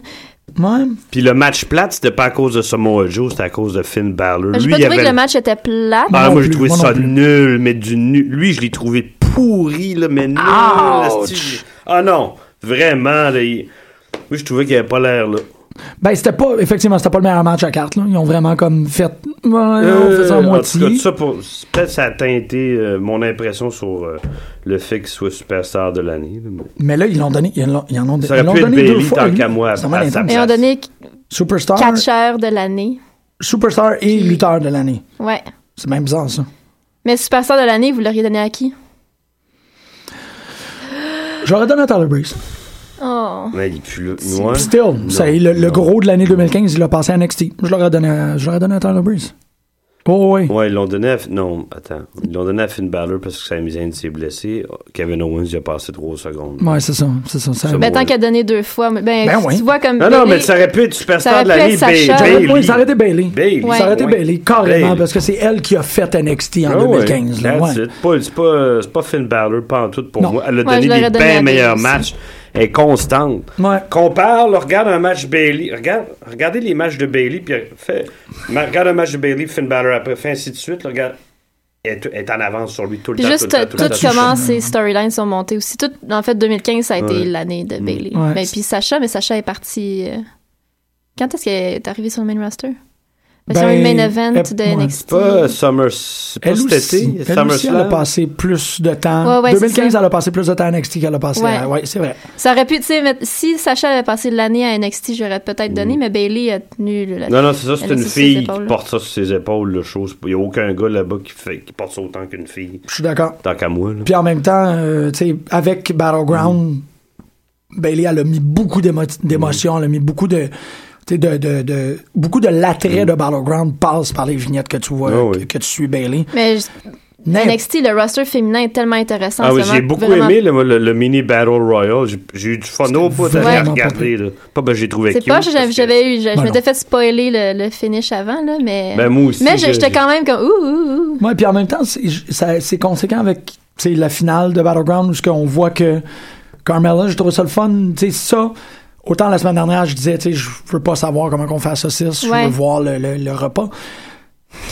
Ouais.
Puis le match plate, c'était pas à cause de Samoa Joe, c'était à cause de Finn Balor.
Ben, J'ai
Lui,
pas
il
trouvé
avait
que le match était plat.
Ah,
non
moi, j'ai
plus,
trouvé
moi non
ça
plus.
nul, mais du nul. Lui, je l'ai trouvé pourri, là, mais nul.
Ouch!
asti. Ah non, vraiment, là, il- Moi, je trouvais qu'il avait pas l'air, là.
Ben, c'était pas. Effectivement, c'était pas le meilleur match à carte, là. Ils ont vraiment comme fait. Ouais, on fait ça à
Euh,
moitié.
En tout cas, ça pour- peut-être ça a teinté euh, mon impression sur euh, le fait qu'il soit superstar de l'année. là, mais-
Mais là, ils l'ont donné. Ils l'ont, ils en ont,
Ça aurait
ils l'ont
pu être
donné deux
Bailey
fois.
tant
lui.
qu'à moi,
Ça m'a
à
l'air
sa
intense.
Ils ont donné
Ah.
Superstar,
catcheur de l'année.
superstar et lutteur de l'année.
Ouais.
C'est même bizarre, ça.
Mais superstar de l'année, vous l'auriez donné à qui?
J'aurais donné à Tyler Breeze. Ah.
Oh.
Mais il pue le noir.
Still, ça, le, le
non.
gros de l'année 2015, il l'a passé à NXT. Je l'aurais donné, à- je l'aurais donné à Tyler Breeze. Oh, oui.
Ouais, ils l'ont donné à... Non, attends. Ils l'ont donné à Finn Balor parce que Sami Zayn s'est blessé. Kevin Owens, il a passé trois secondes.
Ouais, c'est ça. C'est ça. ça-
Ça
Ben,
Ouais.
tant qu'à donner deux fois, mais ben,
Ben
tu
oui.
vois comme.
Non, non,
Bailey-
mais ça aurait pu être
Ça
superstar de
aurait pu
l'année.
être Sacha.
Ça aurait-
Bailey.
ouais, ça aurait été Bailey.
Bailey.
Ouais.
Ça aurait été
Ouais.
Bailey, carrément,
Bailey.
parce que c'est elle qui a fait NXT en
Ah ouais,
2015. là,
that's
ouais.
it. Pas- C'est pas, euh, c'est pas Finn Balor, pas en tout pour
Non.
moi. Elle a
Ouais,
donné
je l'aurais
des
donné à
bien meilleurs
Bayley
matchs. Elle est constante.
Ouais.
Compare, là, regarde un match Bailey. Regarde, regardez les matchs de Bailey, puis fait, ma- regarde un match de Bailey, Finn Balor après, fait ainsi de suite. là, regarde, elle est, elle est en avance sur lui tout le
Puis
temps.
juste
tout, le temps,
tout,
tout le temps, tout le temps.
comment ces storylines sont montées aussi. Tout, en fait, 2015, ça a été l'année de Bailey.
Mm. Ouais.
Mais puis Sacha, mais Sacha est partie. euh, Quand est-ce qu'elle est arrivée sur le main roster? Ben, sur
Ben,
le main event
elle-
de
ouais.
C'est
NXT.
Pas euh, Summer, c'est pas
Elle
cet
aussi,
été,
elle, aussi elle a
SummerSlam.
passé plus de temps.
Ouais, ouais, c'est
2015,
ça.
elle a passé plus de temps à NXT qu'elle a passé.
Ouais.
à- Ouais, c'est vrai.
Ça aurait pu, tu sais, mais si Sacha avait passé l'année à NXT, j'aurais peut-être donné, mais Bailey a tenu le. la-
Mm. Non, non, c'est ça, c'est
elle a
une
sur ses
fille qui
épaules.
porte ça sur ses épaules, le show. Il n'y a aucun gars là-bas qui, fait, qui porte ça autant qu'une fille,
Je suis d'accord.
tant qu'à moi. là.
Puis en même temps, euh, tu sais, avec Battleground,
Mm.
Bailey, elle a mis beaucoup d'émo- d'émotions, elle a mis beaucoup de. tu sais, De, de, de, beaucoup de l'attrait de Battleground passe par les vignettes que tu vois,
Mm. Ah
que-
oui.
que, tu suis Bailey.
Mais je- NXT, le roster féminin est tellement intéressant.
Ah
en
oui,
ce
j'ai
moment,
beaucoup
vraiment.
aimé le, le- le mini Battle Royale. J'ai- J'ai eu du fun au bout de
vraiment
regarder. Là. Pas ben j'ai trouvé
C'est
cute,
pas,
parce
j'avais
que-
j'avais eu, je, je
Ben
m'étais
non.
fait spoiler le, le finish avant, là, mais.
Ben, moi aussi,
Mais je-
j'ai-
j'étais quand même comme, ouh, ouh, ouh.
Ouais, puis en même temps, c'est j- ça- c'est conséquent avec tu sais, la finale de Battleground où on voit que Carmella, je trouve ça le fun. Tu sais, ça, autant la semaine dernière, je disais, tu sais, je veux pas savoir comment qu'on fait la saucisse, je
Ouais.
veux voir le, le- le repas.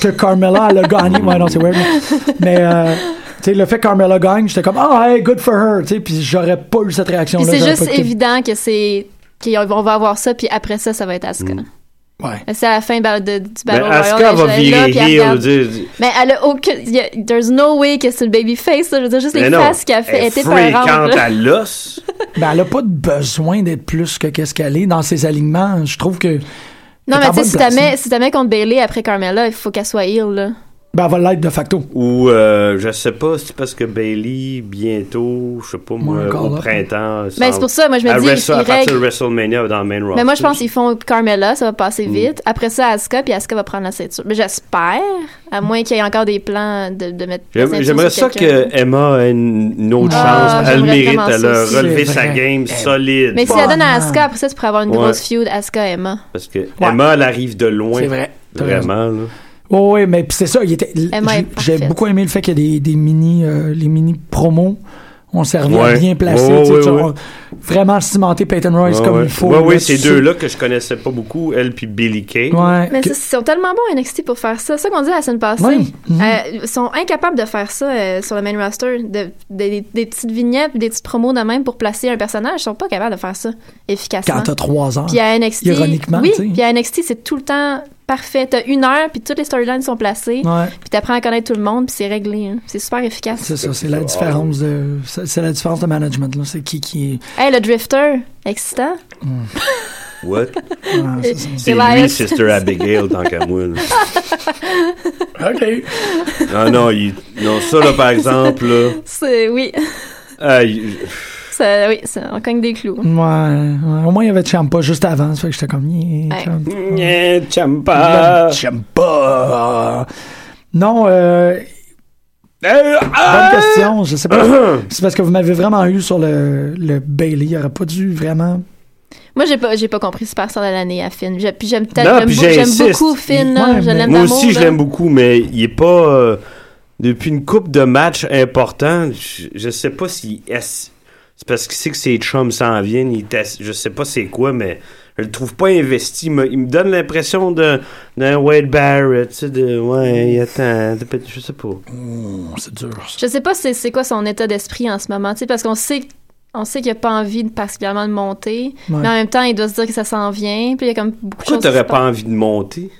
Que Carmella, elle a gagné. Ouais, non, c'est weird. mais- Mais, euh, tu sais, le fait que Carmella gagne, j'étais comme, ah, hey, good for her. Tu sais, puis j'aurais pas eu cette
Puis
réaction-là.
c'est
j'aurais
juste
pas été-
évident que c'est. qu'on va avoir ça, puis après ça, ça va être Asuka.
Ouais.
C'est à la fin ba- de-
Mm.
du
Ben,
Battle
Asuka
Royale.
va
elle est là,
virer
puis elle regarde.
heel. dire- dire-
Mais elle a aucune. il y a- there's no way que c'est une babyface, là. Je veux dire, juste les
Mais non,
faces qu'elle fait
elle
étaient
fréquente
peurantes, là.
à l'os.
Ben, elle a pas de besoin d'être plus que qu'est-ce qu'elle est dans ses alignements. Je trouve que.
Non, mais
elle
tu
est
sais,
en
si
bonne
t'as
place,
mets,
hein.
si t'as mets contre Bailey après Carmella, il faut qu'elle soit heel, là.
Ben, elle va l'être de facto.
Ou, euh, je sais pas, c'est parce que Bailey, bientôt, je sais pas moi,
Ouais, encore
au
là.
printemps.
Ben, c'est pour ça, moi, je me
à
dis,
Wrestle-
ils
à partir de
règlent-
WrestleMania dans le main roster.
Mais moi, je pense qu'ils font Carmella, ça va
Mm.
passer vite. Après ça, Asuka, puis Asuka va prendre la ceinture. Mais j'espère, à moins qu'il y ait encore des plans de, de mettre. la
J'aime-
ceinture
J'aimerais
sur
ça
quelqu'un.
que Emma ait une, une autre
Ah,
chance. Elle
j'aimerais
mérite.
vraiment
Elle
ça
a
aussi.
relevé
C'est
sa
vrai.
game solide.
Mais si
Bah,
elle donne à
non.
Asuka, après ça, tu pourrais avoir une
Ouais.
grosse feud Asuka-Emma.
Parce que Emma, elle arrive de loin.
C'est vrai. T'as raison.
Vraiment, là.
Oh, oui, mais pis c'est ça. Il était, l-
Emma
j'ai-
est
j'ai
parfaite.
beaucoup aimé le fait qu'il y a des, des mini, euh, les mini promos. On servait à
Ouais.
bien placé.
Ouais,
tu sais,
ouais,
tu
ouais.
vois, Vraiment cimenter Peyton Royce
Ouais,
comme
ouais.
il faut.
Ouais, ouais,
là,
ces
tu sais.
deux-là que je connaissais pas beaucoup, elle puis Billy Kay.
Ouais.
Mais
que-
ça, ils sont tellement bons NXT pour faire ça. C'est ça qu'on dit la semaine passée.
Oui. Mhm.
Euh, ils sont incapables de faire ça euh, sur le main roster. De- des- des- des petites vignettes, des petites promos de même pour placer un personnage. Ils sont pas capables de faire ça efficacement.
quand t'as trois ans.
Puis à NXT,
Ironiquement,
oui,
tu sais.
puis à NXT, c'est tout le temps parfait. T'as une heure, puis toutes les storylines sont placées,
Ouais,
puis t'apprends à connaître tout le monde, puis c'est réglé. hein. C'est super efficace.
c'est ça. C'est la différence de, c'est c'est la différence de management. là. C'est qui qui est.
Hey, le Drifter, excitant.
What?
Ouais,
Euh,
c'est
C'est lui, Sister Abigail, tant qu'à moi. là.
ça. OK.
Non, non, il- non, ça, là, par exemple, là,
C'est, oui.
ah, il-
Ça, oui, ça, on cogne des clous.
Ouais, ouais. Au moins, il y avait Champa juste avant. Ça fait que j'étais comme... Yeah,
Ouais.
Champa.
Nyeh, Champa.
Champa. Non, euh,
Euh,
bonne
ah!
question. Je sais pas. C'est parce que vous m'avez vraiment eu sur le, le Bailey. Il aurait pas dû vraiment...
Moi, j'ai pas, j'ai pas compris Super Star de l'année à Finn. J'ai- Puis j'aime
Non,
tellement, j'aime
puis
beaucoup- j'aime
j'insiste.
beaucoup Finn,
Ouais,
là. Je
mais-
l'aime
Moi
d'amour,
aussi, je
là.
l'aime beaucoup, mais il est pas. euh, depuis une coupe de matchs importants, je, je sais pas s'il est. C'est parce qu'il sait que ses chums s'en viennent. Il est ass- je sais pas c'est quoi, mais je le trouve pas investi. Il me, il me donne l'impression d'un d'un Wade Barrett, tu sais, de.
Mm.
Ouais, il attend. de- Je sais pas.
c'est dur, ça.
Je sais pas c'est c'est quoi son état d'esprit en ce moment, tu sais, parce qu'on sait on sait qu'il a pas envie de particulièrement de monter,
Ouais.
mais en même temps, il doit se dire que ça s'en vient, puis il y a comme beaucoup de
Pourquoi
choses. qui
t'aurais
se
pas
passent.
envie de monter?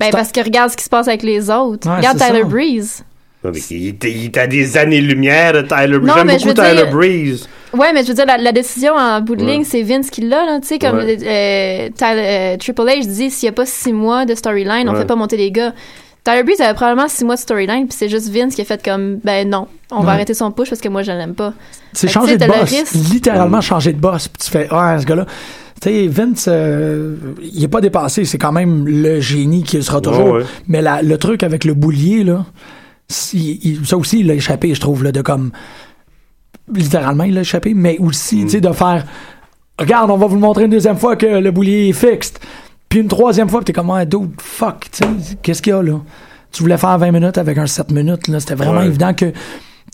Ben parce que regarde ce qui se passe avec les autres.
Ouais,
regarde
c'est
Tyler
ça.
Breeze.
Non, mais il était- il était à des années-lumière, de Tyler Breeze.
Non,
J'aime
mais je
beaucoup
veux
Tyler
dire-
Breeze.
Ouais, mais je veux dire la, la décision en bout de
Ouais.
ligne, c'est Vince qui l'a là, tu sais comme
Ouais.
euh, Tyler- euh, Triple H dit s'il y a pas six mois de storyline, on
Ouais.
fait pas monter les gars. Tyler Breeze avait probablement six mois de storyline, puis c'est juste Vince qui a fait comme ben non, on
Ouais.
va arrêter son push parce que moi je l'aime pas.
C'est
Fait que,
changer
tu sais,
de
t'as le
boss.
risque.
Mm.
Littéralement changer de boss. Puis tu fais, ah, ce gars-là. Tu sais, Vince, euh, il est pas dépassé. C'est quand même le génie qui sera toujours.
ouais.
Mais la- le truc avec le boulier, là, si- il- ça aussi, il l'a échappé, je trouve, là, de comme. Littéralement, il l'a échappé. Mais aussi,
Mm.
tu sais, de faire. Regarde, on va vous le montrer une deuxième fois que le boulier est fixe. Puis une troisième fois, puis t'es comme, ah, dude, fuck, tu sais, qu'est-ce qu'il y a, là? Tu voulais faire 20 minutes avec un 7 minutes, là. C'était vraiment
Ouais.
évident que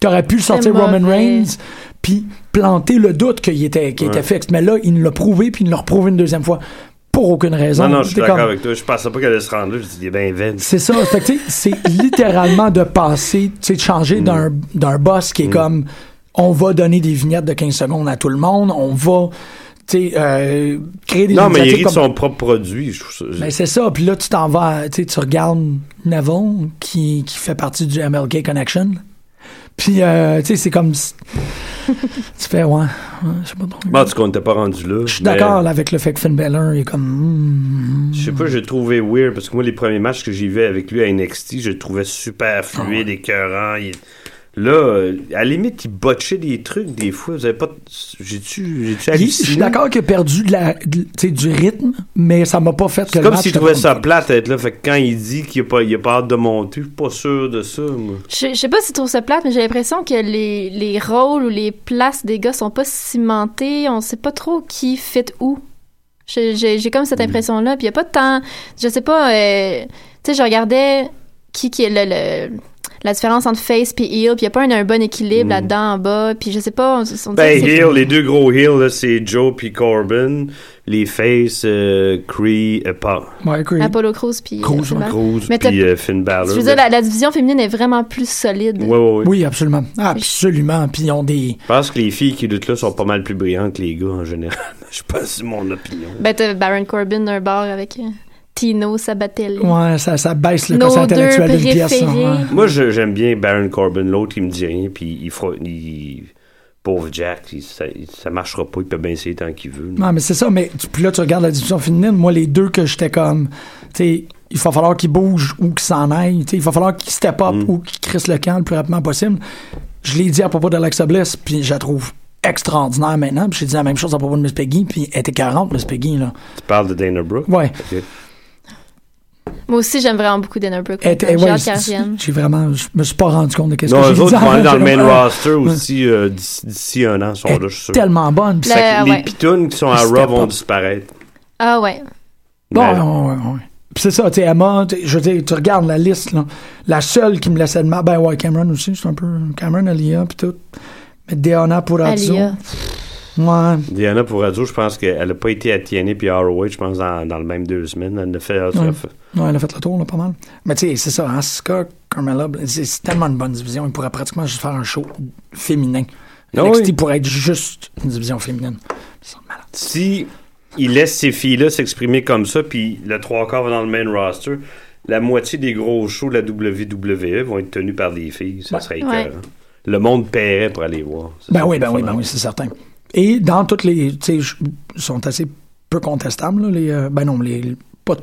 t'aurais pu sortir
mauvais.
Roman Reigns puis planter le doute qu'il était, qu'il était fixe. Mais là, il l'a prouvé, puis il l'a reprouvé une deuxième fois pour aucune raison.
Non, non, je suis
T'es
d'accord
comme-
avec toi. Je pensais pas qu'elle allait se rendre là. Je dis, il est bien vaine.
C'est ça. Fait que, tu sais, c'est littéralement de passer, tu sais, de
Mm.
changer d'un d'un boss qui est comme on va donner des vignettes de 15 secondes à tout le monde, on va, tu sais, euh, créer des
Non, mais il
initiatives
rit de
comme-
son propre produit. je trouve ça-
Ben, c'est ça. Puis là, tu t'en vas, à- tu sais, tu regardes Neville qui, qui fait partie du MLK Connection. Puis, euh, tu sais, c'est comme. si- tu fais, ouais, ouais, je sais pas trop.
Bon, en tout cas, on n'était pas rendu là.
Je suis d'accord là, avec le fait que Finn Balor est comme. hmm.
Je sais pas, j'ai trouvé weird parce que moi, les premiers matchs que j'ai vus avec lui à NXT, je le trouvais
Ah
super fluide, écœurant. Il- Là, euh, à la limite, il botchait des trucs des fois. Vous avez pas. J'ai-tu j'ai-tu
Il-
halluciné?
Je suis d'accord qu'il a perdu de la, de- tu sais, du rythme, mais ça m'a pas fait que
C'est
le
comme
match
si je
était
trouvais
pas-
ça plate à être là. Fait que quand il dit qu'il a pas, il a pas hâte de monter, je suis pas sûr de ça, moi.
Je, je sais pas si tu trouves ça plate, mais j'ai l'impression que les, les rôles ou les places des gars sont pas cimentés. On sait pas trop qui fit où. J'ai- J'ai j'ai comme cette impression-là. Puis y a pas de temps. Je sais pas. euh, tu sais, je regardais qui, qui est le. le- la différence entre face puis heel, puis y a pas un, un bon équilibre là-dedans en bas, puis je sais pas, on, on dirait
Ben,
que c'est-
Hill, les deux gros Hill, c'est Joe puis Corbin. Les Face, euh, Cree, euh, pas.
Ouais, que-
Apollo Crews puis euh,
Cruz,
Finn
ouais,
Balor.
Cruz
Mais t'as-
puis euh, Finn Balor.
Je veux dire, la, la division féminine est vraiment plus solide.
Ouais, ouais, ouais.
Oui, absolument. Ah, Absolument. Puis ils ont des.
Je pense que les filles qui luttent là sont pas mal plus brillantes que les gars en général. Je pense que c'est mon opinion.
Ben, t'as Baron Corbin d'un bord avec euh, Tino Sabatelli.
Ouais, ça, ça baisse le
Nos
quotient
deux
intellectuel d'une pièce. ça,
préférés.
ouais.
Moi, je- j'aime bien Baron Corbin. L'autre, il me dit rien, puis il fera. il- Pauvre Jack, il- ça, il- ça marchera pas, il peut bien essayer tant qu'il veut.
Non, mais c'est ça. Mais tu- puis là, tu regardes la division féminine. Moi, les deux que j'étais comme. Tu sais, il va falloir qu'ils bougent ou qu'ils s'en aillent. Tu sais, il va falloir qu'ils step up
Mm.
ou qu'ils crissent le camp le plus rapidement possible. Je l'ai dit à propos d'Alexa Bliss, puis je la trouve extraordinaire maintenant. Puis j'ai dit la même chose à propos de Miss Peggy, puis elle était 40, Miss Peggy, là.
Tu parles de Dana Brooke?
Ouais.
Ok.
Moi aussi, j'aime vraiment beaucoup Dana Brooke.
Elle était-
J'ai
ouais,
hâte
c'est-
qu'elle revienne.
J'ai vraiment. Je me suis pas rendu compte de qu'est-ce
Non,
que j'ai
eux
dit.
autres vont aller dans le main
avant.
roster aussi euh, d'ici d'ici un an, ils sont là, je suis sûr.
Tellement bonne. puis
Le-
c'est-
Ah
Les
ouais.
pitounes qui sont à
Step
Raw vont
up.
disparaître.
Ah ouais.
Bon,
Mais-
ouais, ouais, ouais. Puis c'est ça, tu sais, Emma, tu sais, je veux dire, tu regardes la liste, là. La seule qui me laissait de mal, ben ouais, Cameron aussi, c'est un peu. Cameron, Alia, puis tout. Mais Deanna Purazzo.
Alia.
Ouais.
Diana Pouradio, je pense qu'elle n'a pas été à TNA puis à ROH, je pense, dans, dans le même deux semaines. Elle ne fait
Ouais. Ouais, elle a fait le tour, là, pas mal. Mais tu sais, c'est ça, Asuka, Carmella, Bl- c'est c'est tellement une bonne division, il pourrait pratiquement juste faire un show féminin.
Ah
NXT
oui.
pourrait être juste une division féminine. C'est malade.
Si il laisse ces filles-là s'exprimer comme ça, puis le trois quarts va dans le main roster, la moitié des gros shows de la WWE vont être tenus par des filles. Ça
Ouais.
serait
Ouais.
écœurant. Le monde paierait pour aller voir. Ça
Ben
serait
oui, ben oui,
fun.
ben oui, c'est certain. Et dans toutes les. Tu sais, j- ils sont assez peu contestables. là, les, euh, ben non, les, les- pas-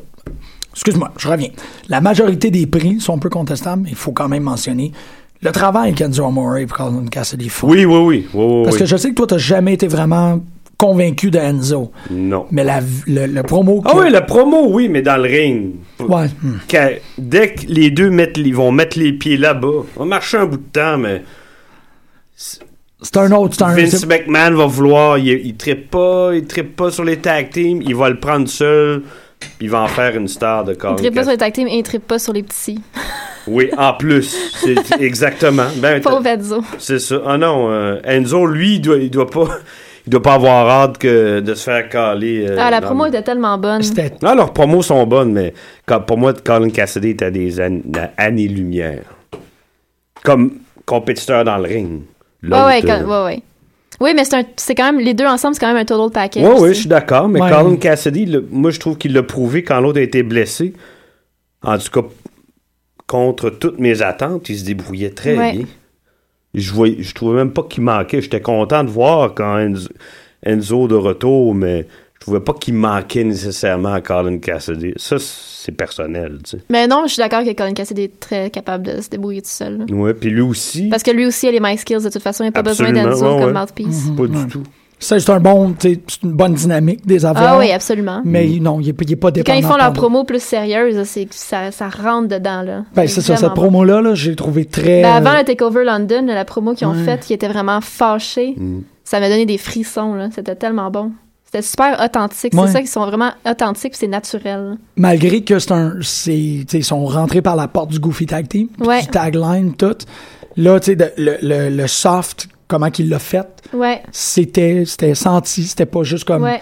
Excuse-moi, je reviens. La majorité des prix sont peu contestables, mais il faut quand même mentionner le travail qu'Enzo Amore et Colin Cassidy font.
Oui, oui, oui. oui, oui,
Parce
oui.
que je sais que toi, t'as jamais été vraiment convaincu de Enzo.
Non.
Mais la, le, le promo.
Ah
que-
oui, la promo, oui, mais dans le ring.
Ouais. hmm.
Quand- dès que les deux mettent, ils vont mettre les pieds là-bas, on va marcher un bout de temps, mais
C'est un autre. C'est un.
Vince
c'est-
McMahon va vouloir, il, il trippe pas, il trippe pas sur les tag teams, il va le prendre seul, puis il va en faire une star de
Il
corps.
trippe pas sur les tag teams et il trippe pas sur les petits.
Oui, en plus, c'est exactement. Ben, t'as-
Pauvre Enzo.
c'est ça. Ah non, euh, Enzo, lui, il doit, il doit pas, il doit pas avoir hâte que de se faire caler. euh,
Ah, la
dans
promo
le-
était tellement bonne.
C'était.
Non, leurs promos sont bonnes, mais quand- pour moi, Colin Cassidy était à des an- à années-lumière. Comme compétiteur dans le ring.
Ouais, ouais,
L'autre,
quand-
euh,
ouais, ouais. Oui, mais c'est un- c'est quand même, les deux ensemble, c'est quand même un total package.
ouais, ouais,
aussi.
je suis d'accord, mais
Ouais.
Colin Cassidy, le- moi, je trouve qu'il l'a prouvé quand l'autre a été blessé. En tout cas, contre toutes mes attentes, il se débrouillait très
Ouais.
bien. Je, voyais, je trouvais même pas qu'il manquait. J'étais content de voir quand Enzo, Enzo de retour, mais je trouvais pas qu'il manquait nécessairement à Colin Cassidy. Ça, c'est personnel, tu sais.
Mais non, je suis d'accord que Colin Cassidy est très capable de se débrouiller tout seul. là.
Ouais, puis lui aussi.
Parce que lui aussi, il a les mic skills de toute façon, il n'a pas besoin
Absolument,
d'Enzo
ouais,
comme
ouais.
mouthpiece.
Mm-hmm.
Pas du tout.
C'est c'est un bon. tu sais, C'est une bonne dynamique des affaires.
Ah oui, absolument.
Mais non, il est, il est pas
Puis quand
dépendant.
ils font
par-
leur promo plus sérieuse, c'est ça, ça rentre dedans. Là.
Ben, c'est ça, cette
vraiment bon.
promo-là, là, j'ai trouvé très.
Ben, avant le Takeover London, la promo qu'ils ont faite, qui était vraiment fâchée,
Mm.
ça m'a donné des frissons. là. C'était tellement bon. C'était super authentique.
Ouais.
C'est ça qu'ils sont vraiment authentiques, puis c'est naturel.
Malgré que c'est un. c'est- tu sais, Ils sont rentrés par la porte du Goofy Tag Team, puis
Ouais.
du tagline, tout. Là, tu sais, de- le, le, le soft, comment qu'il l'a fait,
Ouais,
c'était c'était senti, c'était pas juste comme.
ouais.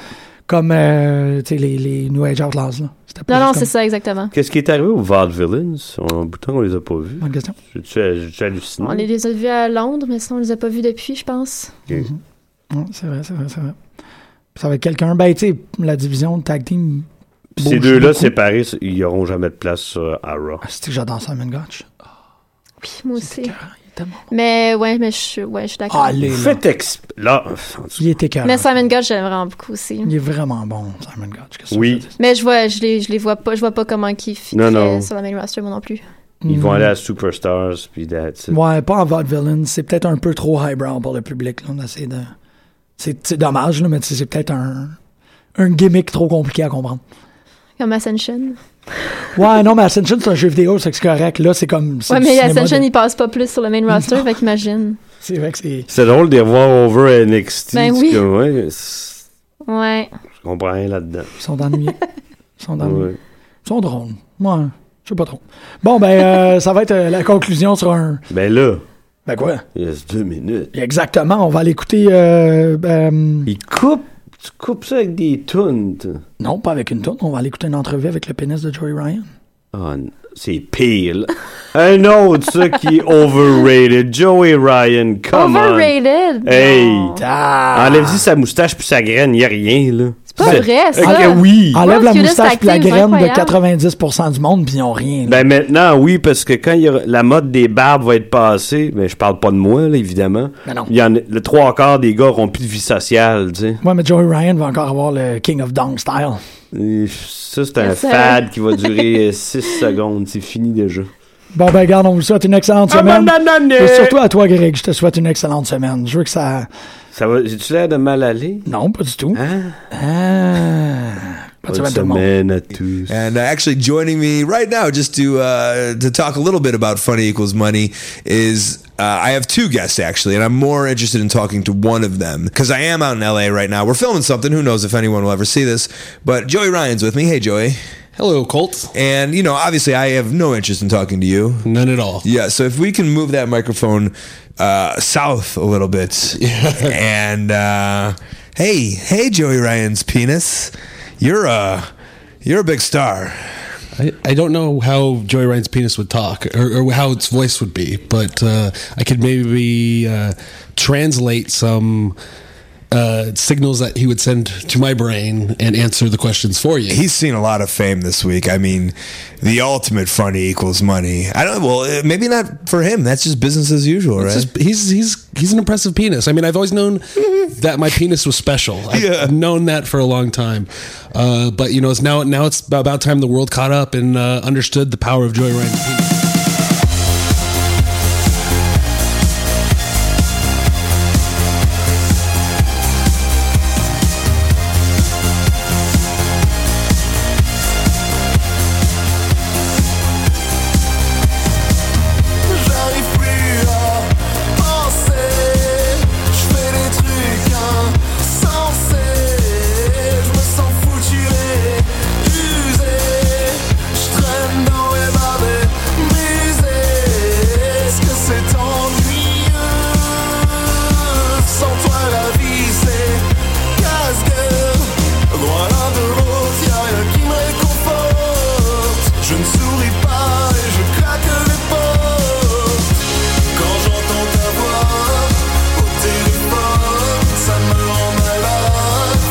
Comme, euh, tu sais, les, les New Age Outlaws, là. C'était pas
Non, non,
juste
c'est ça, exactement.
Qu'est-ce qui est arrivé aux Vaudevillains? En bouton, on les a pas vus.
comme- Bonne question.
J'ai-tu j'ai-tu halluciné?
On les, les a vus à Londres, mais ça, on les a pas vus depuis, je pense.
Ok.
Ouais, c'est vrai, c'est vrai, c'est vrai. Ça va être quelqu'un. Ben, tu sais, la division de tag team.
Puis
bouge
Ces deux-là
beaucoup.
séparés, c- ils n'auront jamais de place euh, à Raw.
Ah, C'est que j'adore Simon Gotch.
Oui, moi aussi.
Il est tellement-
Mais ouais, mais je suis ouais, je suis d'accord.
Ah, allez, là.
Faites exp... Là, en tout
Il est écœurant.
mais Simon Gotch, j'aime vraiment beaucoup aussi.
Il est vraiment bon, Simon Gotch. Qu'est-ce que
Oui.
ça fait?
Mais je vois, je les, je les vois pas, je vois pas comment ils fit
Non, non.
sur la main roster, moi non plus.
cas, ils vont aller à Superstars, puis that's it.
Mm. Ouais, pas en vaudevillain. C'est peut-être un peu trop highbrow pour le public. Là. On essaie de... C'est c'est dommage, là, mais c'est c'est peut-être un... un gimmick trop compliqué à comprendre.
Comme Ascension.
Ouais, non, mais Ascension, c'est un jeu vidéo, c'est que c'est correct. Là, c'est comme. c'est
Ouais,
du
mais
cinéma
Ascension,
de-
il passe pas plus sur le main roster, fait qu'imagine.
C'est vrai que c'est.
C'est drôle de les voir over à NXT.
Ben
tu
oui.
sais, ouais, c'est-
Ouais.
je comprends rien là-dedans.
Ils sont ennuyés. Ils sont ennuyés.
Ouais.
Ils sont drôles. Ouais, je sais pas trop. Bon, ben, euh, ça va être euh, la conclusion sur un.
Ben là,
Ben quoi?
il reste deux minutes.
Exactement, on va l'écouter. euh, ben,
Ils coupent, tu coupes ça avec des tunes. toi.
non, pas avec une tourne, on va aller écouter une entrevue avec le pénis de Joey Ryan.
Ah, n- c'est pile. Un autre, ça, qui est overrated. Joey Ryan, come on.
Overrated!
Hey.
Non.
Ah!
Enlève-y sa moustache puis sa graine, il a rien, là.
C'est pas vrai,
Ah,
ça!
Ok, Eh oui.
Enlève
Moi,
la
Fearless
moustache puis la
Active, c'est
graine de
incroyable.
90% du monde, puis ils ont rien. là.
Ben maintenant, oui, parce que quand il y aura- la mode des barbes va être passée, ben je parle pas de moi, là, évidemment.
Ben non.
Il y en a- le trois quarts des gars auront plus de vie sociale, tu sais.
ouais, mais Joey Ryan va encore avoir le King of Dong style.
Et Ça, c'est un
Yes, sir.
fad qui va durer 6 secondes. C'est fini déjà.
Bon, ben, garde, on vous souhaite une excellente
Ah,
semaine.
bonne année!
Et surtout à toi, Greg, je te souhaite une excellente semaine. Je veux que ça.
Ça va, j'ai-tu l'air de mal aller?
Non, pas du tout.
Hein?
Ah. Pas de
Bonne
semaine, tout le monde.
semaine à tous.
And uh, actually, joining me right now just to uh, to talk a little bit about Funny Equals Money is uh, I have two guests actually, and I'm more interested in talking to one of them because I am out in LA right now. We're filming something. Who knows if anyone will ever see this? But Joey Ryan's with me. Hey, Joey.
Hello, Colt.
And you know, obviously, I have no interest in talking to you.
None at all.
Yeah. So if we can move that microphone uh, south a little bit, and uh, hey, hey, Joey Ryan's penis, you're a you're a big star.
I, I don't know how Joy Ryan's penis would talk or, or how its voice would be, but uh, I could maybe uh, translate some uh, signals that he would send to my brain and answer the questions for you.
He's seen a lot of fame this week. I mean, the ultimate funny equals money. I don't. Well, eh, maybe not for him. That's just business as usual, right?
It's just- he's he's he's an impressive penis. I mean, I've always known
that my penis was special. I've
Yeah.
known that for a long time. Uh, but you know, it's now now it's about time the world caught up and uh, understood the power of Joy Ryan's penis.